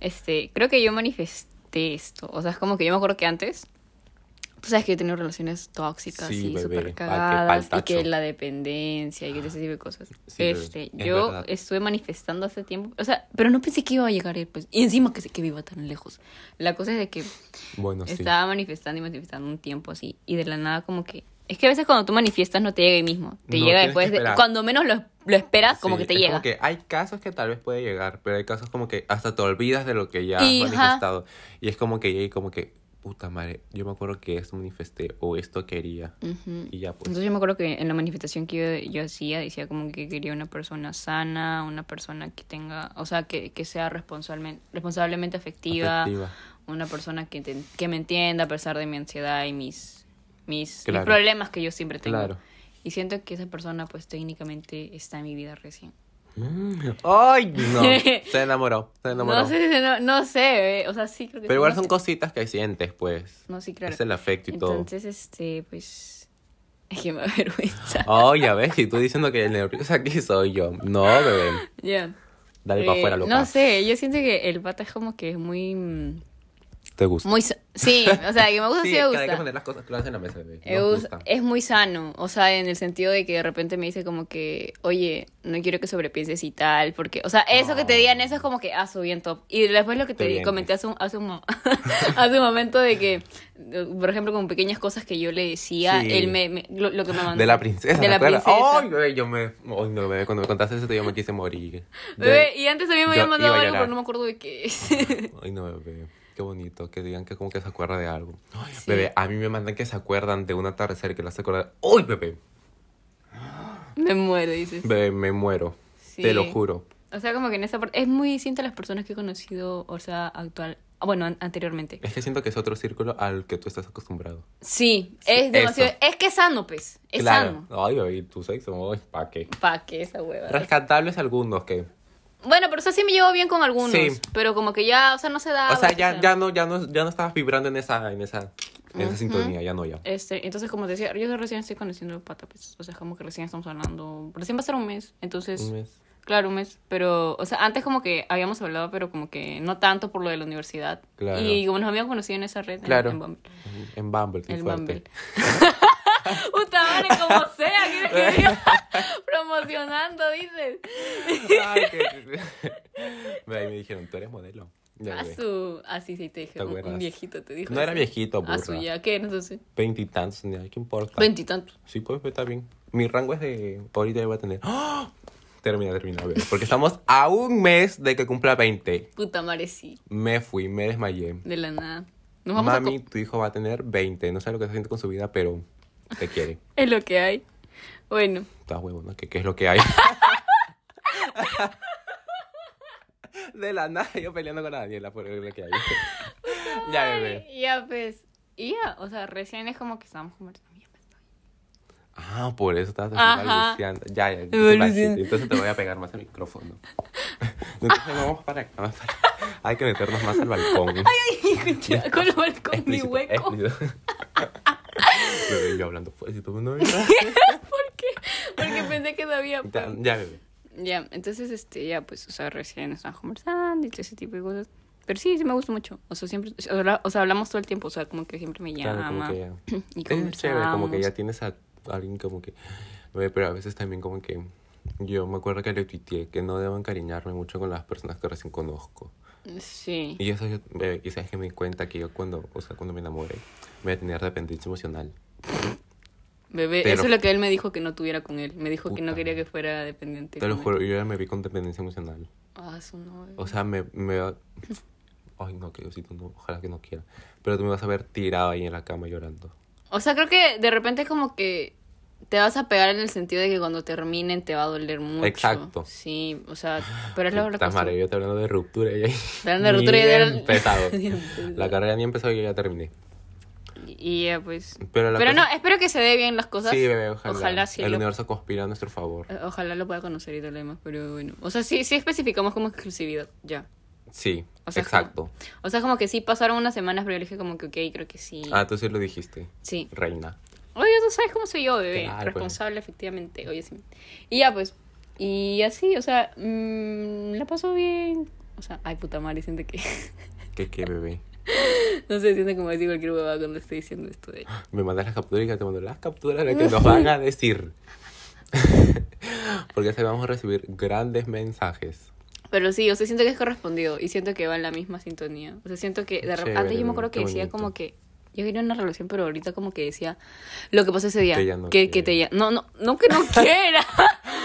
Este, creo que yo manifesté esto. O sea, es como que yo me acuerdo que antes Tú sabes que yo he tenido relaciones tóxicas
Sí, bebé,
y
pa'
súper
que pa'l
cagadas y
tacho.
que la dependencia y que ese tipo de cosas.
Sí, bebé,
este,
es
yo
verdad.
estuve manifestando hace tiempo, o sea, pero no pensé que iba a llegar ahí, pues, y encima que, que viva tan lejos. La cosa es de que
Bueno, sí.
estaba manifestando y manifestando un tiempo así y de la nada como que es que a veces cuando tú manifiestas no te llega ahí mismo, te
No,
llega
tienes que
después de
esperar.
cuando menos lo, lo esperas como
Sí,
que te
es
llega.
Como que hay casos que tal vez puede llegar, pero hay casos como que hasta te olvidas de lo que ya
Hija.
has manifestado. Y es como que llega y como que, puta madre, yo me acuerdo que esto manifesté o esto quería.
Ujú.
Y ya pues.
Entonces yo me acuerdo que en la manifestación que yo, yo hacía decía como que quería una persona sana, una persona que tenga, o sea, que, que sea responsablemente, responsablemente afectiva,
afectiva.
una persona que, te- que me entienda a pesar de mi ansiedad y mis, mis, mis
Claro.
problemas que yo siempre tengo.
Claro.
Y siento que esa persona pues técnicamente está en mi vida recién.
Mm. ¡Ay!
*laughs*
No. Se enamoró. Se enamoró.
No sé, *laughs* no, no sé, eh, o sea, sí creo que
Pero
sí,
igual
no
son
sé.
cositas que sientes, pues.
No, sí, claro.
Es el afecto y
Entonces, este, pues, *laughs* es que me da
*laughs*
vergüenza.
todo. ¡Ay, ya ves! Y tú diciendo que el nervioso aquí soy yo. No, bebé.
Ya.
Dale para
Eh,
afuera, loca.
No sé, yo siento que el pata es como que es muy. mm,
¿Te gusta?
muy sa- sí, o sea, que me gusta, sí, me
que Hay que
gusta.
poner las cosas claras en la mesa, bebé.
Me
Nos
gusta-
gusta.
Es muy sano, o sea, en el sentido de que de repente me dice como que, oye, no quiero que sobrepienses y tal, porque, o sea, eso que te digan, eso es como que, ah, soy bien top. Y después lo que te
Te
di-
mientes.
comenté hace un, hace, un, mo- *laughs* hace un momento de que, por ejemplo, con pequeñas cosas que yo le decía,
Sí.
él me, me- lo, lo que me mandó.
De la princesa.
De
¿te
la
acuerdas?
princesa.
Ay, bebé, yo me. Ay, no, bebé, cuando me contaste eso, yo me quise morir. Ya-
Bebé, y antes también me
yo
habían mandado
iba a
algo, pero
llorar.
no me acuerdo de qué es.
*laughs*
*laughs*
Ay, no, bebé. Qué bonito, que digan que como que se acuerda de algo. Ay, Bebé, a mí me mandan que se acuerdan de un atardecer que lo hace acordar. ¡Ay, bebé!
me muero, dices.
Bebé, me muero. Te
Sí.
lo juro.
O sea, como que en esa parte es muy distinta a las personas que he conocido, o sea, actual, ah, bueno, an- anteriormente.
Es que siento que es otro círculo al que tú estás acostumbrado.
Sí,
eso.
es demasiado, es que es sano, pues, es
claro.
sano.
Ay, bebé, tu sexo, ay, ¿pa' qué?
Pa' que esa hueva.
Rescatables algunos que.
Bueno, pero o sea, sí me llevo bien con algunos,
Sí.
pero como que ya, o sea, no se da.
O sea, ya, ya no, ya no, ya no estabas vibrando en esa, en esa, en esa sintonía, ya no, ya.
Este, entonces, como te decía, yo recién estoy conociendo el pata, pues, o sea, como que recién estamos hablando, recién va a ser un mes, entonces,
Un mes.
claro, un mes, pero, o sea, antes como que habíamos hablado, pero como que no tanto por lo de la universidad.
Claro.
Y como nos habíamos conocido en esa red, en-
Claro.
en Bumble.
En- En Bumble, qué
El
fuerte.
Bumble. *laughs* Puta madre, como sea, ¿quieres que
*laughs*
diga? Promocionando, dices.
Ay, *laughs* qué- Ahí me dijeron, tú eres modelo. Ya,
A
bebé.
Ah, su. Así sí, te dije.
¿Te
un- Un,
acuerdas?
viejito te dijo.
No era
eso.
viejito,
A su
burra.
ya, ¿qué? Entonces.
Veintitantos, ni- ay, ¿qué importa?
Veintitantos.
Sí, pues está bien. Mi rango es de. Ahorita voy a tener. ¡Ah! Termina, termina, bebé. Porque estamos a un mes de que cumpla 20.
Puta madre, sí.
Me fui, me desmayé.
De la nada. Nos vamos a.
Mami,
co-
tu hijo va a tener 20. No sé lo que está haciendo con su vida, pero te quiere.
Es lo que hay. Bueno.
Estás huevo, ¿no? ¿Qué, qué es lo que hay? *laughs* De la nada, yo peleando con Daniela por lo que hay. ya, bebé.
Ay, Ya, pues. Y ya, o sea, recién es como que estábamos conversando. *laughs* Ya, pues,
Ah, por eso estabas
Ajá.
así balbuceando. Ya, ya. entonces,
balbuceando.
Entonces te voy a pegar más al
*laughs*
micrófono. Entonces vamos para acá. Vamos para... Hay que meternos más al balcón.
Escucha, con
*laughs*
lo balcón mi
Explícito,
hueco. *laughs*
explícito. Bebé, yo hablando fuerte. si tú no me-
¿Por qué? Porque pensé que sabía. pues.
ya, ya, bebé.
Ya, entonces, este, ya, pues, o sea, recién están conversando y todo ese tipo de cosas. Pero sí, sí me gusta mucho. O sea, siempre, o sea, hablamos todo el tiempo, o sea, como que siempre me
Claro, como
llama.
que ya.
*clears throat* Y
Es chévere,
conversamos.
como que ya tienes a alguien como que... Bebé, Pero a veces también como que... Yo me acuerdo que le tuiteé que no debo encariñarme mucho con las personas que recién conozco.
Sí.
Y eso yo, bebé, y sabes que me di cuenta que yo cuando, o sea, cuando me enamoré, voy a tener dependencia emocional.
Bebé,
Pero-
eso es lo que él me dijo que no tuviera con él. Me dijo que no
Puta
quería que fuera dependiente.
Te lo
con él.
juro, yo ya me vi con dependencia emocional.
Ah, su no, bebé.
O sea, me, me
*laughs*
va- Ay, no, que Diosito, no, ojalá que no quiera. Pero tú me vas a ver tirado ahí en la cama llorando.
O sea, creo que de repente como que te vas a pegar en el sentido de que cuando terminen te va a doler mucho.
Exacto.
Sí, o sea, pero es la verdad.
Estás madre, yo te hablando de ruptura y ahí. *laughs*
hablando de ruptura y de- *laughs*
empezado. la carrera ni empezó y yo ya terminé.
Y ya, pues.
Pero, la
Pero
cosa-
no, espero que se dé bien las cosas.
Sí, bebé, ojalá.
sí
El
lo-
universo conspira a nuestro favor.
Eh, Ojalá lo pueda conocer y todo lo demás, pero bueno. O sea, sí, sí especificamos como exclusividad, ya.
Sí,
O sea,
exacto.
O sea, como que sí pasaron unas semanas, pero yo le dije como que ok, creo que sí.
Ah, tú sí lo dijiste.
Sí.
Reina.
Oye, tú sabes cómo soy yo, bebé.
Claro, pues.
Responsable, efectivamente. Oye, sí. Y ya, pues. Y así, o sea, mm, la pasó bien. O sea, ay, puta madre, siento que... *laughs*
¿Qué, qué, bebé?
No sé, siento como decir cualquier huevada cuando estoy diciendo esto de
Me mandas las capturas y que te mando las capturas de lo que
*laughs*
nos van a decir. *laughs* Porque se vamos a recibir grandes mensajes.
Pero sí, o sea, siento que es correspondido y siento que va en la misma sintonía. O sea, siento que de rep-
Chévere,
antes yo me acuerdo que
qué
decía
bonito.
como que yo quería una relación, pero ahorita como que decía lo que pasó ese día.
Que ya no
que, que te ya... No, no, no
*laughs*
que no quiera.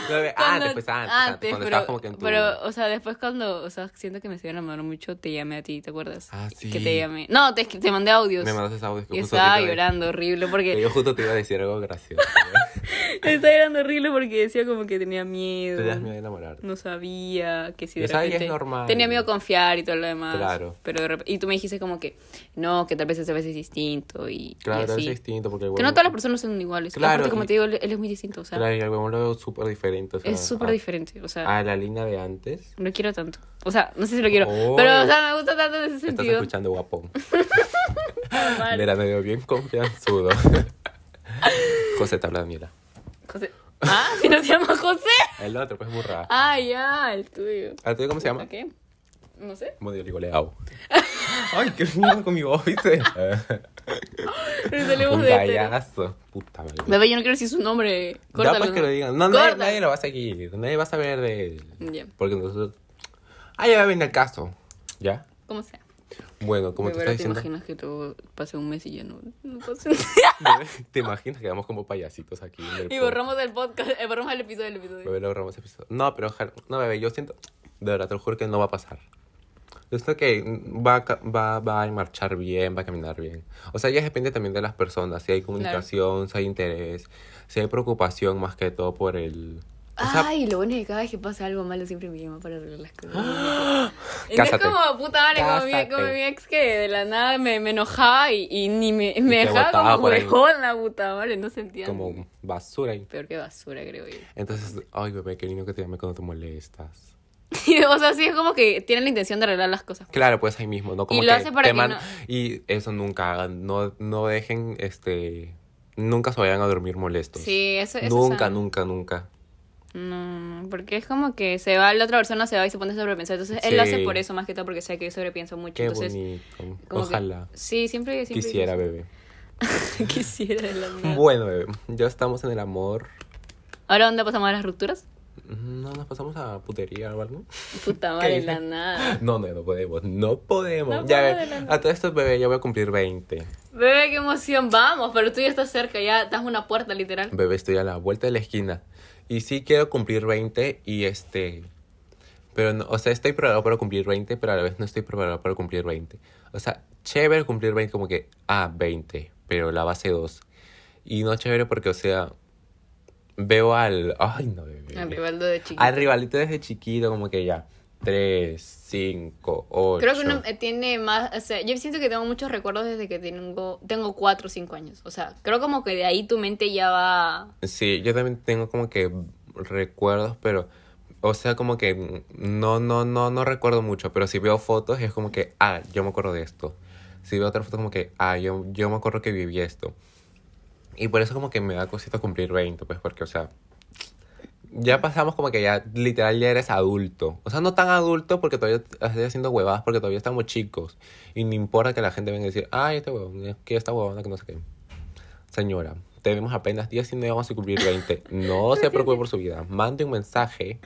No, de-
Cuando-
antes, pues antes, antes, cuando
pero,
estabas como que en tu...
pero, oh, o sea, después cuando, o sea, siento que me estoy enamorando mucho, te llamé a ti, ¿te acuerdas?
Ah, sí.
Que te llamé. No, te, te mandé audios.
me mandaste ese audio que
y
justo
estaba
te iba a-
llorando horrible
que
porque
Yo justo te iba a decir algo gracioso.
*laughs*
¿eh?
estaba llorando horrible porque decía como que tenía
Te
miedo.
das miedo de enamorarte.
No sabía que si de
O sea, y es
repente
normal.
tenía miedo a confiar y todo lo demás.
Claro.
Pero de rep- y tú me dijiste como que no, que tal vez esta vez es distinto y, y
Claro, es
así.
distinto porque el
que no
huevón-
todas las personas son iguales.
Claro,
Aparte, como
y-
te digo, él él es muy distinto, o sea,
Claro, Ah. y el huevón lo veo súper diferente. o sea,
es súper
a-
diferente, o sea,
A la línea de antes.
no quiero tanto. O sea, no sé si lo quiero,
Oh.
pero o sea, me gusta tanto en ese
Estás
sentido.
escuchando guapón.
Mal.
Mira, me veo bien
*laughs*
confianzudo. José te habla de mira.
José. Ah, *laughs* si no se llama José.
El otro, pues burra.
Ah, ya, el tuyo.
¿A ti cómo se llama?
¿A qué? No sé.
Como digo, leao. *laughs* Ay, qué mierda con mi voz, ¿viste?
Pero salimos
Eh, Un
de hetero.
gallazo. Puta madre.
Bebé, yo no quiero decir su nombre.
Ya
Córtalo.
pues que lo digan. No, nadie,
Córtalo.
nadie lo va a seguir. Nadie va a saber de él.
Ya.
Porque nosotros. Ah, ya viene el caso. ¿Ya?
Como sea.
Bueno, como te
Bebé, ahora
estaba diciendo.
imaginas que todo pase un mes y ya no, no pase nada?
*laughs* ¿Te imaginas? Quedamos como payasitos aquí. en el
Y borramos el podcast, eh, borramos el episodio del episodio.
Bebé, logramos ese episodio. No, pero ojalá. No, bebé, yo siento. De verdad, te lo juro que no va a pasar. Yo siento que va, a ca- va, va a marchar bien, va a caminar bien. O sea, ya depende también de las personas. Si hay comunicación, si hay interés, si hay preocupación más que todo por el. O sea,
Ay, lo bueno es que cada vez que pasa algo malo siempre me llama para arreglar las cosas. Y no es
¡Ah! Cásate.
como puta madre, como mi,
Cásate.
como mi ex que de la nada me, me enojaba y, y ni me, me
te
dejaba
botaba
como
por ahí.
huevona, puta madre, no sentía.
como basura. ahí.
Peor que basura, creo yo. *laughs*
Entonces, ay, bebé, qué lindo que te llame cuando te molestas.
Y, o sea, sí es como que tienen la intención de arreglar las cosas.
Claro, pues ahí mismo, ¿no? Como
Y lo
que
hace para
te
que
man-
no-
Y eso nunca hagan. No, no dejen, este. Nunca se vayan a dormir molestos.
Sí, eso es.
nunca, nunca, nunca.
No, porque es como que se va, la otra persona se va y se pone a sobrepensar. Entonces él lo hace
Sí.
por eso más que todo, porque sabe que yo sobrepienso mucho.
Qué
entonces,
bonito.
como que-
Ojalá.
sí, siempre, siempre *laughs*
Quisiera, bebé.
quisiera
*laughs*
de la nada.
Bueno, bebé, ya estamos en el amor. Mm,
Ahora, ¿dónde pasamos a las rupturas?
No nos pasamos a putería o algo.
Puta madre, de
dices?
la nada.
*laughs* No, no, no podemos. No podemos.
No
ya,
podemos,
bebé,
no, no.
a todo esto, bebé, ya voy a cumplir 20.
Bebé, qué emoción, vamos, pero tú ya estás cerca, ya estás a una puerta, literal.
Bebé, estoy a la vuelta de la esquina. Y sí quiero cumplir 20 y este... Pero, no, o sea, estoy preparado para cumplir 20, pero a la vez no estoy preparado para cumplir 20. O sea, chévere cumplir 20 como que, ah, 20, pero la base 2. Y no chévere porque, o sea, veo al... Ay, no, bebé.
Al rivaldo de chiquito.
Al rivalito desde chiquito, como que ya. 3, 5, 8.
Creo que uno eh, tiene más, o sea, yo siento que tengo muchos recuerdos desde que tengo, tengo 4 o 5 años. O sea, creo como que de ahí tu mente ya va...
Sí, yo también tengo como que recuerdos, pero. O sea, como que no, no, no, no recuerdo mucho, pero si veo fotos es como que, ah, yo me acuerdo de esto. Si veo otras fotos como que, ah, yo, yo me acuerdo que viví esto. Y por eso como que me da cosita cumplir 20, pues porque, o sea, ya pasamos como que ya, literal, ya eres adulto. O sea, no tan adulto porque todavía estás haciendo huevadas, porque todavía estamos chicos. Y no importa que la gente venga a decir, ay, este huevón, es que esta huevona, que no sé qué. Señora, tenemos apenas 19, vamos a cumplir 20.
*laughs*
No se preocupe por su vida. Mande un mensaje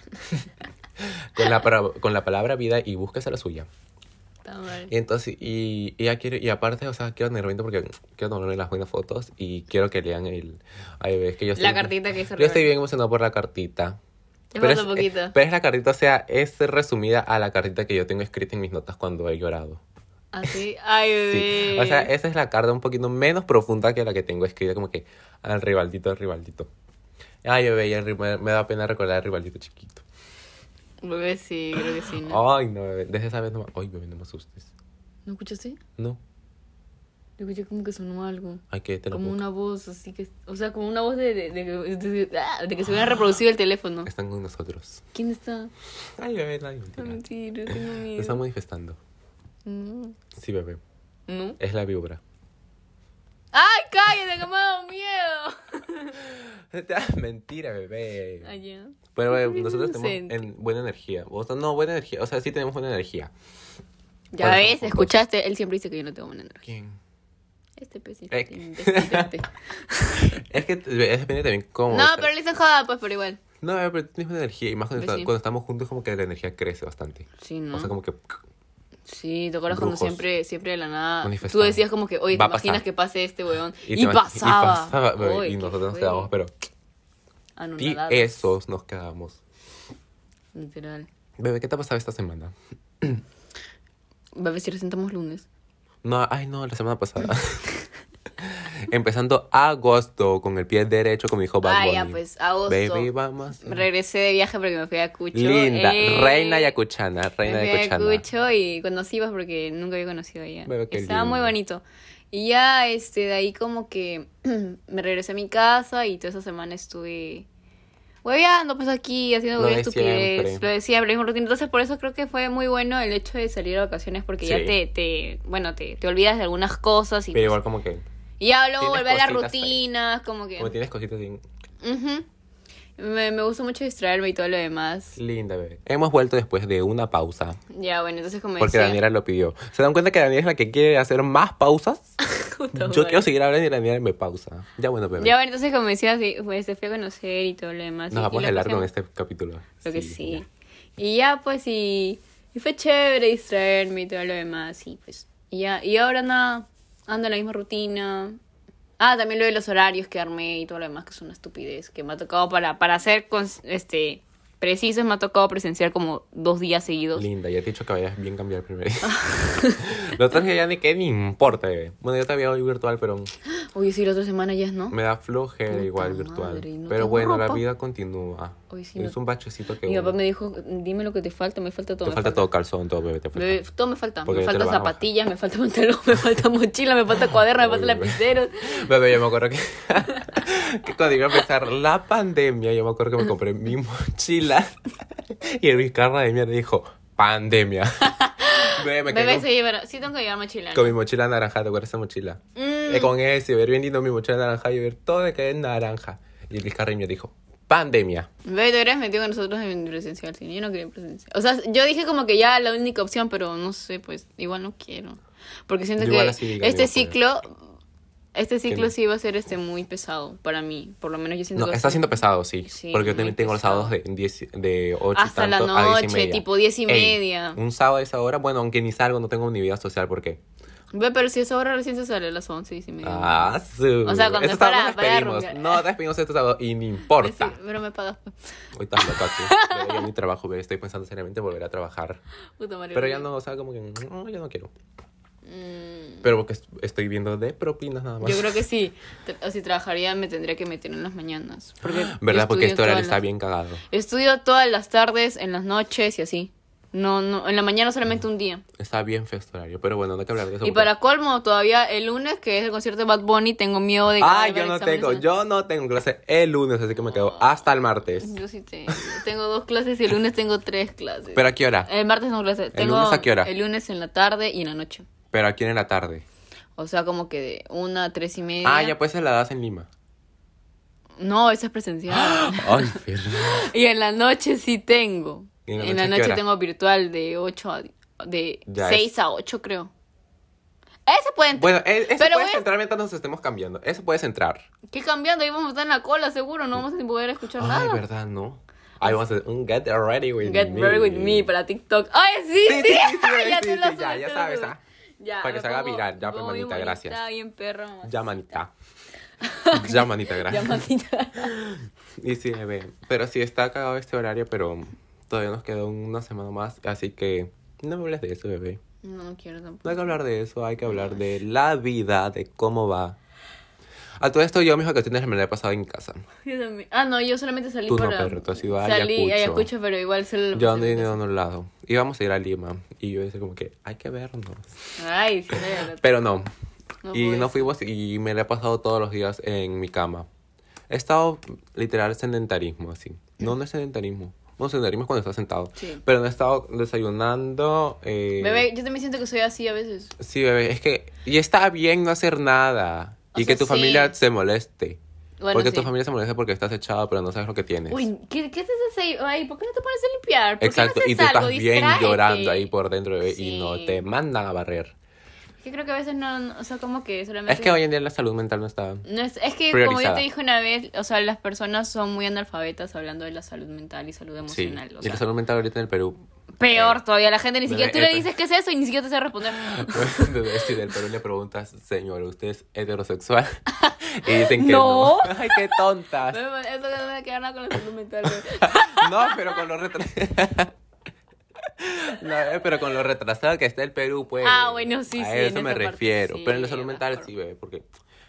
con, la, pra- con la palabra vida y búsquese la suya.
Puta madre.
Y entonces, y, y, ya quiero- y aparte, o sea, quiero tener 20 porque quiero tomarme las buenas fotos y quiero que lean el... Ay, ves que yo
La
estoy-
cartita que hizo
Yo estoy bien emocionado por la cartita.
Te
Pero
falta
es-
poquito.
eh, pero es la cartita, o sea, es resumida a la cartita que yo tengo escrita en mis notas cuando he llorado.
Así, ay,
Sí.
bebé.
O sea, esa es la carta un poquito menos profunda que la que tengo escrita, como que al rivaldito, al rivaldito. Ay, bebé, y el ri- me, me da pena recordar al rivaldito chiquito.
Bebé, sí, creo que sí. ¿no?
Ay, no, bebé, desde esa vez no me... Ay, bebé, no me asustes.
¿No escuchaste?
No,
Yo escuché como que sonó algo.
hay que te lo
Como
juro.
una voz, así que. O sea, como una voz de, de, de- de- de- ah, de que se hubiera reproducido el teléfono.
Están con nosotros.
¿Quién está?
Ay, bebé, no,
Ah,
mentira.
mentira, tengo
Se están
miedo.
manifestando.
No.
Sí, bebé,
¿No?
es la víbora. *laughs*
¡Ay, cállate, que me ha dado miedo! *laughs*
Ah, Mentira, bebé.
Ay, ya.
Pero bueno,
Eres
nosotros tenemos
inocente.
en- buena energía. O sea, no, buena energía. O sea, sí tenemos buena energía.
Ya
¿Cuáles son
ves,
juntos?
escuchaste, él siempre dice que yo no tengo buena energía.
¿Quién?
Este pesito.
Eh.
*laughs* imbécil.
Es que t- es depende también cómo.
No, pero le dicen joda, pues, pero igual.
No, pero tienes una energía. Y más cuando,
Pues
está-
sí. Mm.
cuando estamos juntos, como que la energía crece bastante.
Sí, ¿no?
O sea, como que.
Sí, te acuerdas cuando
Brujos.
siempre, siempre de la nada. Tú
Manifestado.
decías como que, oye,
Va a
¿te
pasar.
imaginas que pase este weón?
te
Y,
imag-
pasaba.
Y pasaba, pero-
Oye,
y
qué
nosotros nos
feo.
quedamos, pero. Y
Anonadados,
esos nos quedamos.
Literal.
Bebé, ¿qué te ha pasado esta semana?
Va a ver si sentamos lunes.
No, ay, no, la semana
*laughs*
pasada. *laughs* Empezando agosto con el pie derecho, como dijo Oh, Bad
Ah,
Bunny.
ya, pues, agosto.
Baby, vamos.
Regresé de viaje porque me fui a Cucho.
Linda,
eh.
reina yacuchana,
Me
reina
fui a
yacuchana.
Cucho y conocí pues, porque nunca había conocido allá.
Pero qué
Estaba muy
lindo.
bonito. Y ya este de ahí como que *clears throat* me regresé a mi casa y toda esa semana estuve hueveando pues aquí, haciendo
Lo
huevada
de
estupidez,
siempre.
lo decía, pero rutina. Entonces por eso creo que fue muy bueno el hecho de salir a vacaciones porque ya
Sí.
te, te, bueno, te, te olvidas de algunas cosas y,
Pero igual como que,
y ya luego
tienes
volver a las
cositas ahí.
rutinas, como que...
como tienes cositas bien
Ujú. me, me gusta mucho distraerme y todo lo demás.
linda, bebé. Hemos vuelto después de una pausa,
Ya, bueno, entonces como
porque
decía-
Daniela lo pidió. ¿Se dan cuenta que Daniela es la que quiere hacer más
*laughs*
pausas?
Puta
Yo
madre.
quiero seguir hablando y Daniela me pausa. Ya bueno, bebé.
Ya, bueno, entonces como decía, sí, pues te fui a conocer y todo lo demás.
Nos
y-
vamos
y
a
lo
hablar
pasé-
con este capítulo.
Creo que sí.
ya.
Y ya, pues, y, y fue chévere distraerme y todo lo demás. Y pues, y ya, y ahora nada, ando en la misma rutina. Ah, también lo de los horarios que armé y todo lo demás, que es una estupidez. Que me ha tocado para, para ser cons- este, precisos, me ha tocado presenciar como dos días seguidos.
Linda, ya te he dicho que vayas bien cambiar
*laughs*
primero. Lo traje ya ni que ni importa, bebé. Bueno, yo todavía voy virtual, pero
Oye, sí, la otra semana ya es, ¿no?
me da flojera
Puta
igual
madre,
virtual.
¿y no
pero
tengo
bueno, la
ropa?
vida continúa.
Hoy sí
es
no-
un bachecito que
Mi papá
uno-
me dijo, dime lo que te falta, me falta todo.
Te
me
falta todo calzón, todo, bebé, te falta.
Me- todo me falta.
Porque
me
te lo
falta
van a bajar.
zapatillas, me falta pantalón, me falta mochila, me falta cuaderno, me
Uy,
falta
güey.
lapiceros.
Bebé, yo me acuerdo que, *laughs* que cuando iba a empezar la pandemia, yo me acuerdo que me compré mi mochila y el vizcarra de mierda dijo,
*laughs*
pandemia. Bebé, *laughs* me
Bebé,
quedé
se llevará- sí Mm. tengo que llevar mochila.
con,
¿no?
con mi mochila naranja, ¿te acuerdas esa mochila? Eh, con ese, ver bien lindo mi mochila naranja y ver todo de que es naranja. Y el vizcarra de mierda dijo, pandemia.
Bebé, te hubieras metido con nosotros en presencial. sí, Yo no quería presencial. O sea, yo dije como que ya la única opción, pero no sé, pues igual no quiero. Porque siento
Yo
que
igual así diga,
este
digo, pues.
ciclo... Este ciclo
no.
sí va a ser este muy pesado para mí, por lo menos yo siento
No,
que va a
está
ser-
siendo pesado, sí.
Sí,
porque yo
muy
también tengo los sábados de,
pesado.
10, de 8
Hasta
y tanto
la
a 10 y
noche,
media.
tipo 10 y
Ey,
media.
un sábado a esa hora, bueno, aunque ni salgo, no tengo ni vida social porque
Bebé, pero si es ahora recién se sale a las 11 y media.
Ah, su.
O sea, cuando
Este
es para-
sábado nos
para
despedimos.
rumbear.
No, despedimos este sábado y ni
Pues sí,
importa.
pero me pagas.
Hoy estás loca tú. Pero Yo en mi trabajo, pero estoy pensando seriamente en volver a trabajar.
Puta madre,
Pero
bebé.
ya no, o sea, como que no, yo no quiero.
Mm.
Pero porque es- estoy viendo de propinas nada más.
Yo creo que sí. Tra- O si trabajaría, me tendría que meter en las mañanas. Porque
*gasps* ¿Verdad?
yo
Porque
estudio
este horario
todas
está
las-
bien cagado.
Estudio todas las tardes, en las noches y así. No, no, en la mañana solamente un día.
Está bien feo este horario. Pero bueno, no hay que hablar de Mm. eso.
Y
porque-
para colmo, todavía el lunes, que es el concierto de Bad Bunny, tengo miedo de...
Ay,
de
Ah, yo
ver
no
exámenes.
tengo. Yo no tengo clase el lunes, así que me quedo hasta el martes.
Yo sí tengo. Tengo dos clases y el lunes tengo tres clases.
¿Pero a qué hora?
El martes no clases. Tengo
lunes a qué hora?
El lunes en la tarde y en la noche.
¿Pero a quién en la tarde?
O sea, como que de una a tres y media.
Ah, ya pues se la das en Lima. *gasps*
No, esa es presencial.
Ay, Fer.
*laughs* Y en la noche sí tengo.
¿Y en la noche a
en la
qué
noche
hora?
tengo virtual de 8 a de
Ya
6 a 8, creo. Ese puede entrar.
Bueno, e- eso
Pero
puedes
voy a-
entrar mientras nos estemos cambiando. Eso puedes entrar.
¿Qué cambiando? Ahí vamos a estar en la cola, seguro. No vamos a poder escuchar
Ay,
nada.
verdad, ¿no? Ahí vamos a hacer un Get Ready With
Get
Me.
ready with me para TikTok. ¡Ay, sí!
Sí,
Sí,
sí, sí, sí,
*laughs* ya
sí,
te lo
sí, ya,
subes,
ya
te lo
sabes,
subes.
ah.
Ya,
Para que
me
se haga
pongo-
viral, ya,
me
pues,
pongo bien
manita,
bonita,
gracias.
bien perra, mamá.
Ya, manita. Ya, manita,
Ya,
gracias.
manita.
*laughs* Y sí, bebé. Pero sí, está cagado este horario, pero todavía nos queda una semana más. Así que no me hables de eso, bebé.
No, no quiero tampoco.
No hay que hablar de eso, hay que hablar de la vida, de cómo va. A todo esto, yo mis vacaciones me las he pasado en casa.
Yo también- Ah, no, yo solamente salí
Tú no,
para...
perro, tú has ido a
Salí
Ayacucho.
a Ayacucho, pero igual se lo
Yo andé en un lado. Íbamos a ir a Lima. Y yo decía como que hay que vernos.
Ay, sí, de verdad.
Pero no.
No
y
pude.
no fuimos y me la he pasado todos los días en mi cama. He estado literal sedentarismo, así. No, no es sedentarismo. Bueno, sedentarismo es cuando estás sentado.
Sí.
Pero no he estado desayunando. eh,
Bebé, yo también siento que soy así a veces.
Sí, bebé. Es que. Y está bien no hacer nada.
O
y que
sea,
tu
sí.
familia se moleste.
Bueno,
porque
sí.
tu familia se molesta porque estás echada, pero no sabes lo que tienes.
Uy, ¿qué, qué haces ahí? Ay, ¿por qué no te pones a limpiar? ¿Por
Exacto,
qué no
y
haces
tú
algo?
estás bien
Distráete.
llorando ahí por dentro eh,
Sí.
y no te mandan a barrer.
Yo creo que a veces no, no- o sea, como que solamente...
Es que hoy en día la salud mental no está.
No es, es que como yo
Priorizada.
te dije una vez, o sea, las personas son muy analfabetas hablando de la salud mental y salud
Sí.
emocional. o
Y
sea,
la salud mental ahorita en el Perú.
peor todavía, la gente ni
Bebé,
siquiera tú le
eh,
dices qué es eso y ni siquiera te sabe
*laughs*
responder.
Si del Perú le preguntas, señor, ¿usted es
*laughs*
heterosexual? Y dicen que
No.
no. *laughs* Ay, qué tontas.
*laughs* Eso no tiene que ver nada con la salud mental. güey.
No, pero con lo retrasado. *laughs* No, eh, pero con lo retrasado que está el Perú, pues.
Ah, bueno, sí,
a
sí,
A
en
eso me
esa parte
refiero.
sí,
pero en la salud mental
mejor.
sí, bebé, porque.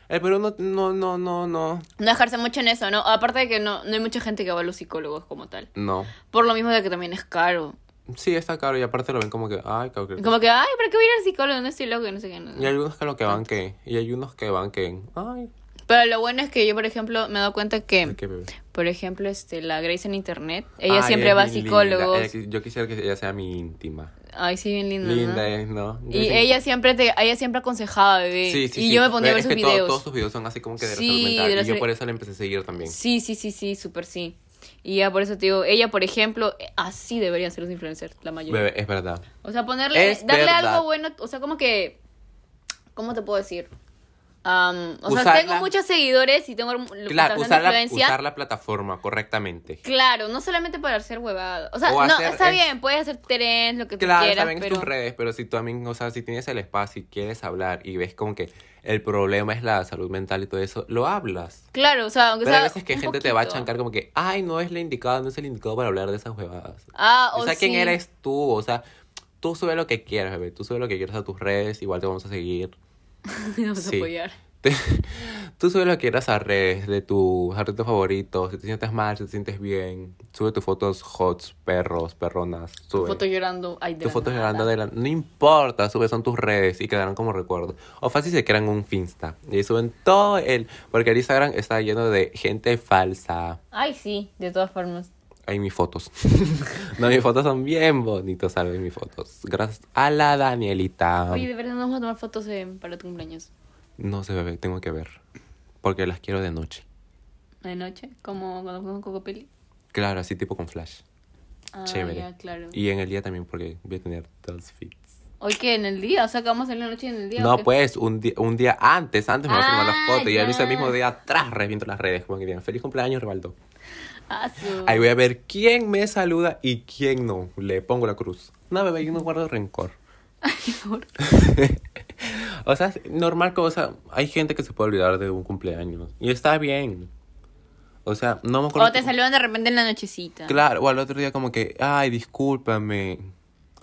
El Perú no, no, no, no, no.
No dejarse mucho en eso, ¿no? Aparte de que no, no hay mucha gente que va a los psicólogos como tal.
No.
Por lo mismo de que también es caro.
Sí, está caro y aparte lo ven como que. Ay, cabrón.
Como que, ay, ¿para qué voy a ir al psicólogo? No estoy loco, no sé qué. no-
Y hay algunos que lo que van que. Y hay unos que van que. Ay,
Pero lo bueno es que yo, por ejemplo, me he dado cuenta que,
qué bebé.
por ejemplo, este, la Grace en internet, Em, ella
Ay,
siempre
es
va a
muy linda.
psicólogos.
Ella- yo quisiera que ella sea mi íntima.
Ay, sí, bien linda. ¿no?
Linda es, ¿no? Yo
Y
dicen-
ella siempre te, ella siempre aconsejaba, bebé.
Sí, sí,
y
sí.
yo me ponía a ver
Es
sus
que todo-
videos.
todos sus videos son así como que de la
Sí,
salud mental.
de la
y yo
salud-
por eso la empecé a seguir también.
Sí, sí, sí, sí, súper sí. Y ya por eso te digo, ella, por ejemplo, eh, así deberían ser los influencers, la mayoría.
Bebé, es verdad.
O sea, ponerle,
Es
darle
verdad.
algo bueno, o sea, como que, ¿cómo te puedo decir? Am, o sea,
Usarla-
tengo muchos seguidores y tengo
Claro,
bastante
usar la,
influencia.
usar la plataforma correctamente.
Claro, no solamente para hacer huevadas. O sea,
O
no,
hacer
está
es-
bien, puedes hacer trends, lo que tú
Claro,
quieras,
saben que es
pero...
tus redes, pero si tú también, o sea, si tienes el espacio y quieres hablar y ves como que el problema es la salud mental y todo eso, lo hablas.
Claro, o sea, aunque
Pero
sea
hay veces que
un
gente te va a
poquito. *laughs*
chancar como que, ay, no es la indicada, no es el indicado para hablar de esas huevadas.
Ah, o,
o sea, ¿quién
sí.
eres tú? O sea, tú sube lo que quieras, bebé. Tú sube lo que quieras a tus redes, igual te vamos a seguir.
Vamos a
Sí.
apoyar.
Te- *laughs* tú sube lo que quieras a redes de tus artistas favoritos. Si te sientes mal, si te sientes bien, sube tus fotos hots, perros, perronas.
Tu
Sube.
foto llorando. Ay, de
tus
la
fotos
nada.
llorando de la... No importa, sube, son tus redes y quedarán como recuerdo. O fácil se crean un Finsta. Y ahí suben todo el... Porque el Instagram está lleno de gente falsa.
Ay, sí, de todas formas.
Ahí mis fotos. *laughs* no, mis fotos son bien bonitos, salven mis fotos. Gracias a la Danielita.
Oye, de verdad, nos vamos a tomar fotos eh, para tu cumpleaños.
No sé, bebé, tengo que ver. Porque las quiero de noche.
De noche, como cuando fuimos con Cocopelli.
Claro, así tipo con flash.
Ah,
Chévere.
ya, claro.
Y en el día también, porque voy a tener dos fits.
Hoy que en el día, o sea, que vamos a salir en la noche y en el día. ¿o
No,
qué?
pues, un día, un día antes, antes me voy a tomar
Ah,
las fotos. Y ya lo hice el
ya.
mismo día atrás, reviento las redes. Como que digan, feliz cumpleaños, Rebaldo. *laughs*
Ah, su-
Ahí voy a ver quién me saluda y quién no. Le pongo la cruz. No, bebé, yo no guardo rencor.
Por-
O sea, es normal cosa. Hay gente que se puede olvidar de un cumpleaños. Y está bien. O sea, no me acuerdo.
O te saludan de repente en la nochecita.
Claro, o al otro día como que, ay, discúlpame.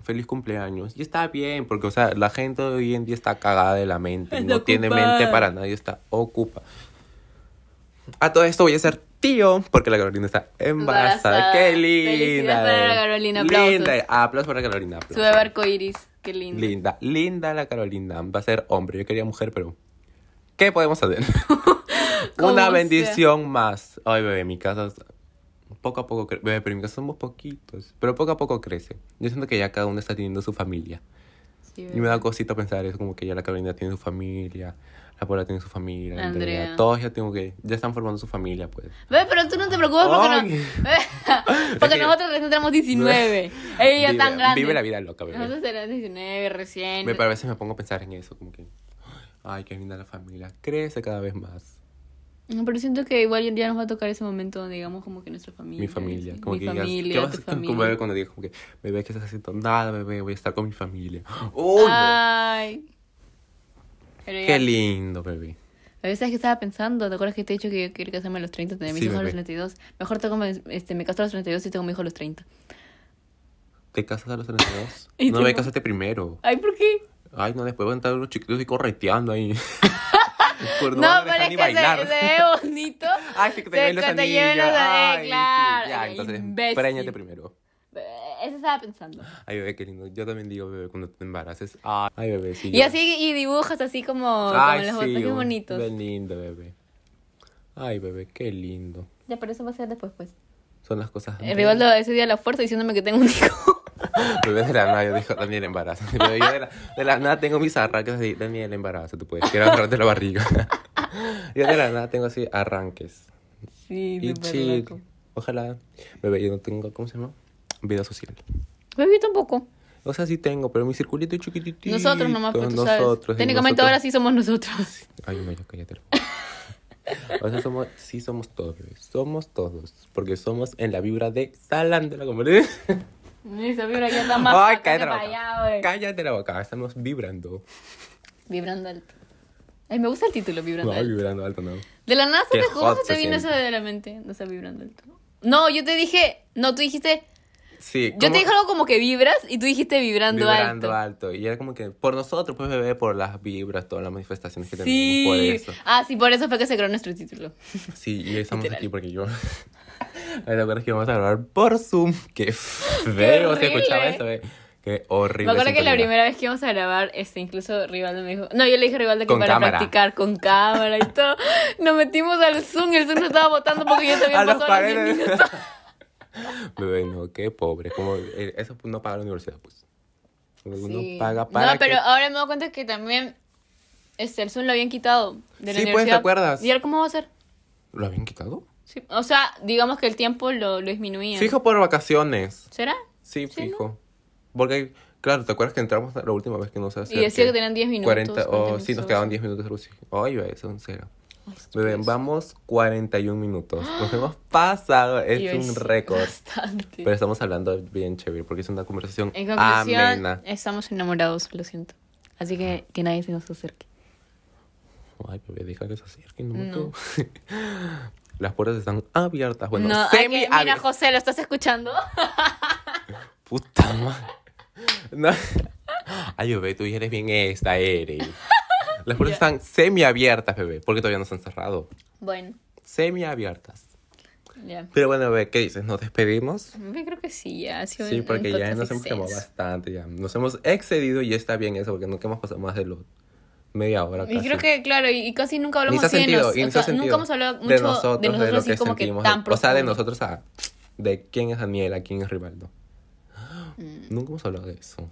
Feliz cumpleaños. Y está bien, porque, o sea, la gente hoy en día está cagada de la mente.
Está
no tiene
ocupada.
mente para nadie, está ocupa. A todo esto voy a ser tío, porque la Carolina está embarazada.
Embarazada.
¡Qué linda!
Felicidades para la
eh.
Carolina, aplausos.
Linda, aplausos para Carolina. aplausos.
Su bebé arco iris. Qué lindo.
Linda, linda la Carolina. Va a ser hombre. Yo quería mujer, pero. ¿Qué podemos
*laughs*
hacer?
Como
Una
sea.
bendición más. Ay, bebé, mi casa. es- Poco a poco crece. Bebé, pero en mi casa somos poquitos. Pero poco a poco crece. Yo siento que ya cada uno está teniendo su familia.
Sí,
Y me da cosita pensar eso, como que ya la Carolina tiene su familia. La Paula tiene su familia.
La
Andrea.
Andrea.
Todos ya tengo que. Ya están formando su familia, pues.
Ve, pero tú no te preocupes porque, no-
Ay.
*laughs* Ve,
Es
porque
que-
nosotros recién
*laughs*
tenemos 19. Ella
vive,
tan grande.
Vive la vida loca, bebé.
Nosotros tenemos 19 recién.
Ve, pero a veces me pongo a pensar en eso, como que. Ay, qué linda la familia. Crece cada vez más.
No, pero siento que igual ya nos va a tocar ese momento donde digamos como que nuestra familia.
Mi familia.
sí,
Como
mi
que digas,
familia,
¿qué vas a
tu
hacer con tu
familia.
bebé cuando digas como que, bebé, ¿qué estás haciendo? Nada, bebé, voy a estar con mi familia. *gasps* ¡Uy!
Ah, Ay. Pero ya.
¡Qué lindo, bebé!
A veces que estaba pensando, ¿te acuerdas que te he dicho que yo quiero casarme a los 30, tener mis
Sí,
hijos a los
bebé.
32? Mejor tengo, mis- este, me caso a los 32 y tengo mi hijo a los 30.
¿Te casas a los 32?
*laughs* Y
no,
tú
me
no.
casaste primero.
Ay, ¿por qué?
Ay, no, después van a entrar los chiquitos y correteando
*laughs*
ahí. Pues
No,
van a dejar
pero es
ni
que se,
bailar.
se ve bonito.
Ay, sí, que te
Se-
lleven los
que te
anillos.
lleven los anillos,
Ay, sí,
claro.
ya,
Ay,
entonces,
imbécil.
préñate primero.
Eso estaba pensando.
Ay, bebé, qué lindo. Yo también digo, bebé, cuando te embaraces. Ay, ay, bebé, sí.
Y
yo-
así, y dibujas así como,
Ay,
como los
sí,
botones
un-
bonitos.
Qué lindo, bebé. Ay, bebé, qué lindo.
Ya, pero eso va a ser después, pues.
Son las cosas.
El rival ese día a la fuerza diciéndome que tengo un hijo.
*laughs* Bebé de la nada, yo dijo, Daniel, *laughs* embarazo. Yo de la, de la nada tengo mis arraques así, Daniel, embarazo, tú puedes. Quiero agarrarte la barriga. *laughs* Yo de la nada tengo así arranques.
*laughs* Sí,
Y
súper
chill.
loco.
Ojalá. Bebé, yo no tengo, ¿cómo se llama? Vida social.
Pues yo tampoco.
O sea, sí tengo, pero mi circulito es chiquititito.
Nosotros nomás, pero tú
Nosotros,
sabes.
sí,
Técnicamente ahora
nosotros.
sí somos nosotros.
Ay, no, ya cállate. *laughs* O sea, somos, sí somos todos, bebé. Somos todos. Porque somos en la vibra de Salán de la *laughs* Comunidad.
*laughs* Esa vibra ya está más
Ay,
acá que
cállate la
para allá,
boca.
güey.
Cállate la boca. Estamos vibrando.
Vibrando alto. Ay, me gusta el título, Vibrando
No,
alto.
vibrando alto, no.
De la nada, se
Qué
te- ¿cómo
hot
se te
se
vino eso
siente.
de la mente? No está vibrando alto. No, yo te dije, no, tú dijiste,
Sí.
yo
¿cómo?
te dije algo como que vibras y tú dijiste vibrando,
vibrando
alto.
alto. Y era como que por nosotros, pues bebé, por las vibras, todas las manifestaciones que
Sí.
tenemos. Por eso.
Ah, sí, por eso fue que se creó nuestro título.
Sí, y estamos aquí porque yo. *laughs* Ay, ¿Te acuerdas que íbamos a grabar por Zoom? Qué feo se
horrible.
escuchaba eso, eh. Qué horrible.
me acuerdo que la
sintonía.
primera vez que íbamos a grabar, este, incluso Rivaldo me dijo, no, yo le dije a Rivaldo que
Con
para
cámara.
practicar con cámara y todo, nos metimos al Zoom, el Zoom nos estaba botando porque yo
*laughs* A
también
las
pasó los 10
paredes.
minutos.
*laughs* Bebé, no, qué pobre. Como, eh, eso no paga la universidad, pues. Uno
Sí.
paga para.
No, pero
que-
ahora me doy cuenta que también este, el Zoom lo habían quitado de la
Sí, pues, ¿te
universidad.
acuerdas?
¿Y ahora cómo va a ser?
¿Lo habían quitado?
Sí, O sea, digamos que el tiempo lo, lo disminuía.
Fijo por vacaciones.
¿Será?
Sí,
Sí,
fijo. Porque, claro, ¿te acuerdas que entramos la última vez que nos hacía?
Y decía que tenían 10 minutos.
40, oh,
40
sí, nos
minutos.
quedaban 10 minutos de luz. Ay, bebé, son cero.
Ay,
Bebé, vamos 41 minutos.
*gasps*
Nos hemos pasado.
y yo
Es un
hice *laughs*
récord.
Bastante.
Pero estamos hablando bien chévere porque es una conversación
en conclusión,
amena.
estamos enamorados, lo siento. Así que que nadie se nos acerque.
Ay, bebé, deja que se acerquen. No. me
No.
toques. *laughs* Las puertas están abiertas. Bueno,
no, hay que-
semi
mira,
abiertas.
José, ¿lo estás escuchando? *laughs*
Puta madre. No. Ay, bebé, tú ya eres bien esta, eres. Las puertas están semi abiertas, bebé, porque todavía no se han cerrado.
bueno,
Semi abiertas.
ya.
Pero bueno, bebé, ¿qué dices? ¿Nos despedimos?
Yo creo que sí, ya. Ha sido
Sí,
un- un
porque ya
podcast
nos hemos quemado
extenso.
bastante, ya. Nos hemos excedido y está bien eso, porque nunca hemos pasado más de lo media hora
Y
casi.
creo que, claro, y, y casi nunca
Ni
hablamos
se ha
así de
sentido,
nos-
y
o
ni se ha
sea, Nunca
sentido
hemos hablado mucho
de nosotros, de, lo
así
que
como que
sentimos.
tan profundo.
o sea, de nosotros a... De quién es Daniela, quién es Rivaldo.
Mm.
Nunca hemos hablado de eso.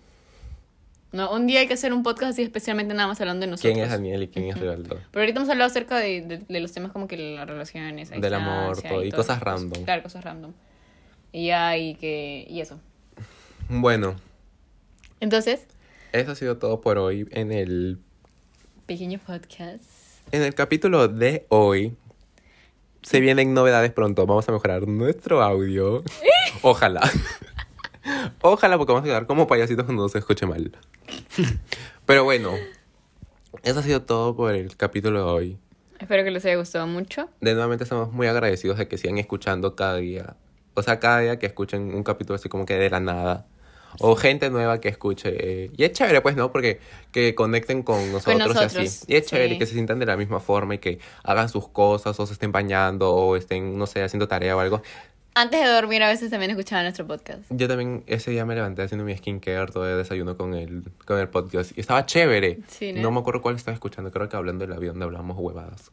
No, un día hay que hacer un podcast así especialmente nada más hablando de nosotros.
¿Quién es Daniel y quién es Rivaldo?
Pero ahorita hemos hablado acerca de, de- de los temas como que las relaciones, la
Del amor,
distancia
todo, y
todas
cosas
esas cosas.
random.
Claro, cosas random. Y ya, y que. Y eso.
Bueno,
Entonces,
eso ha sido todo por hoy en el,
pequeño podcast.
en el capítulo de hoy. Se vienen novedades pronto. Vamos a mejorar nuestro audio. Ojalá. *laughs* Ojalá, porque vamos a quedar como payasitos cuando se escuche mal. Pero bueno, eso ha sido todo por el capítulo de hoy.
Espero que les haya gustado mucho.
De nuevamente estamos muy agradecidos de que sigan escuchando cada día. O sea, cada día que escuchen un capítulo así como que de la nada. O gente nueva que escuche. eh, Y es chévere, pues, ¿no? Porque que conecten con nosotros, y
nosotros,
así. Y es chévere
sí.
y que se sientan de la misma forma y que hagan sus cosas o se estén bañando o estén, no sé, haciendo tarea o algo.
Antes de dormir, a veces también escuchaban nuestro podcast.
Yo también ese día me levanté haciendo mi skincare, todo el desayuno con el, con el podcast. Y estaba chévere.
Sí, ¿no?
¿no? me acuerdo cuál estaba escuchando, creo que hablando del avión donde hablamos
*laughs*
huevadas.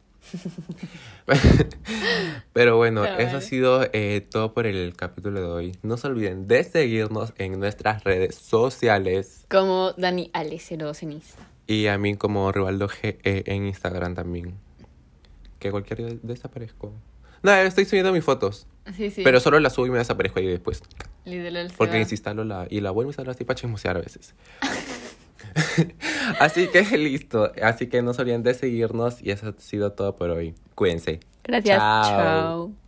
Pero bueno,
Pero
eso
bueno.
ha sido eh, todo por el capítulo de hoy. No se olviden de seguirnos en nuestras redes sociales
Como Dani Ale 02 en Insta.
y a mí como Rivaldo GE en Instagram también. Que cualquier día desaparezco. No, estoy subiendo mis fotos,
Sí, sí.
pero solo las subo y me desaparezco ahí después.
Literal, se
Porque
va.
desinstalo la, y la vuelvo a instalar así para chismosear a veces. *laughs* así que *laughs* listo. Así que no se olviden de seguirnos y eso ha sido todo por hoy. Cuídense.
Gracias.
Chao.
Chao.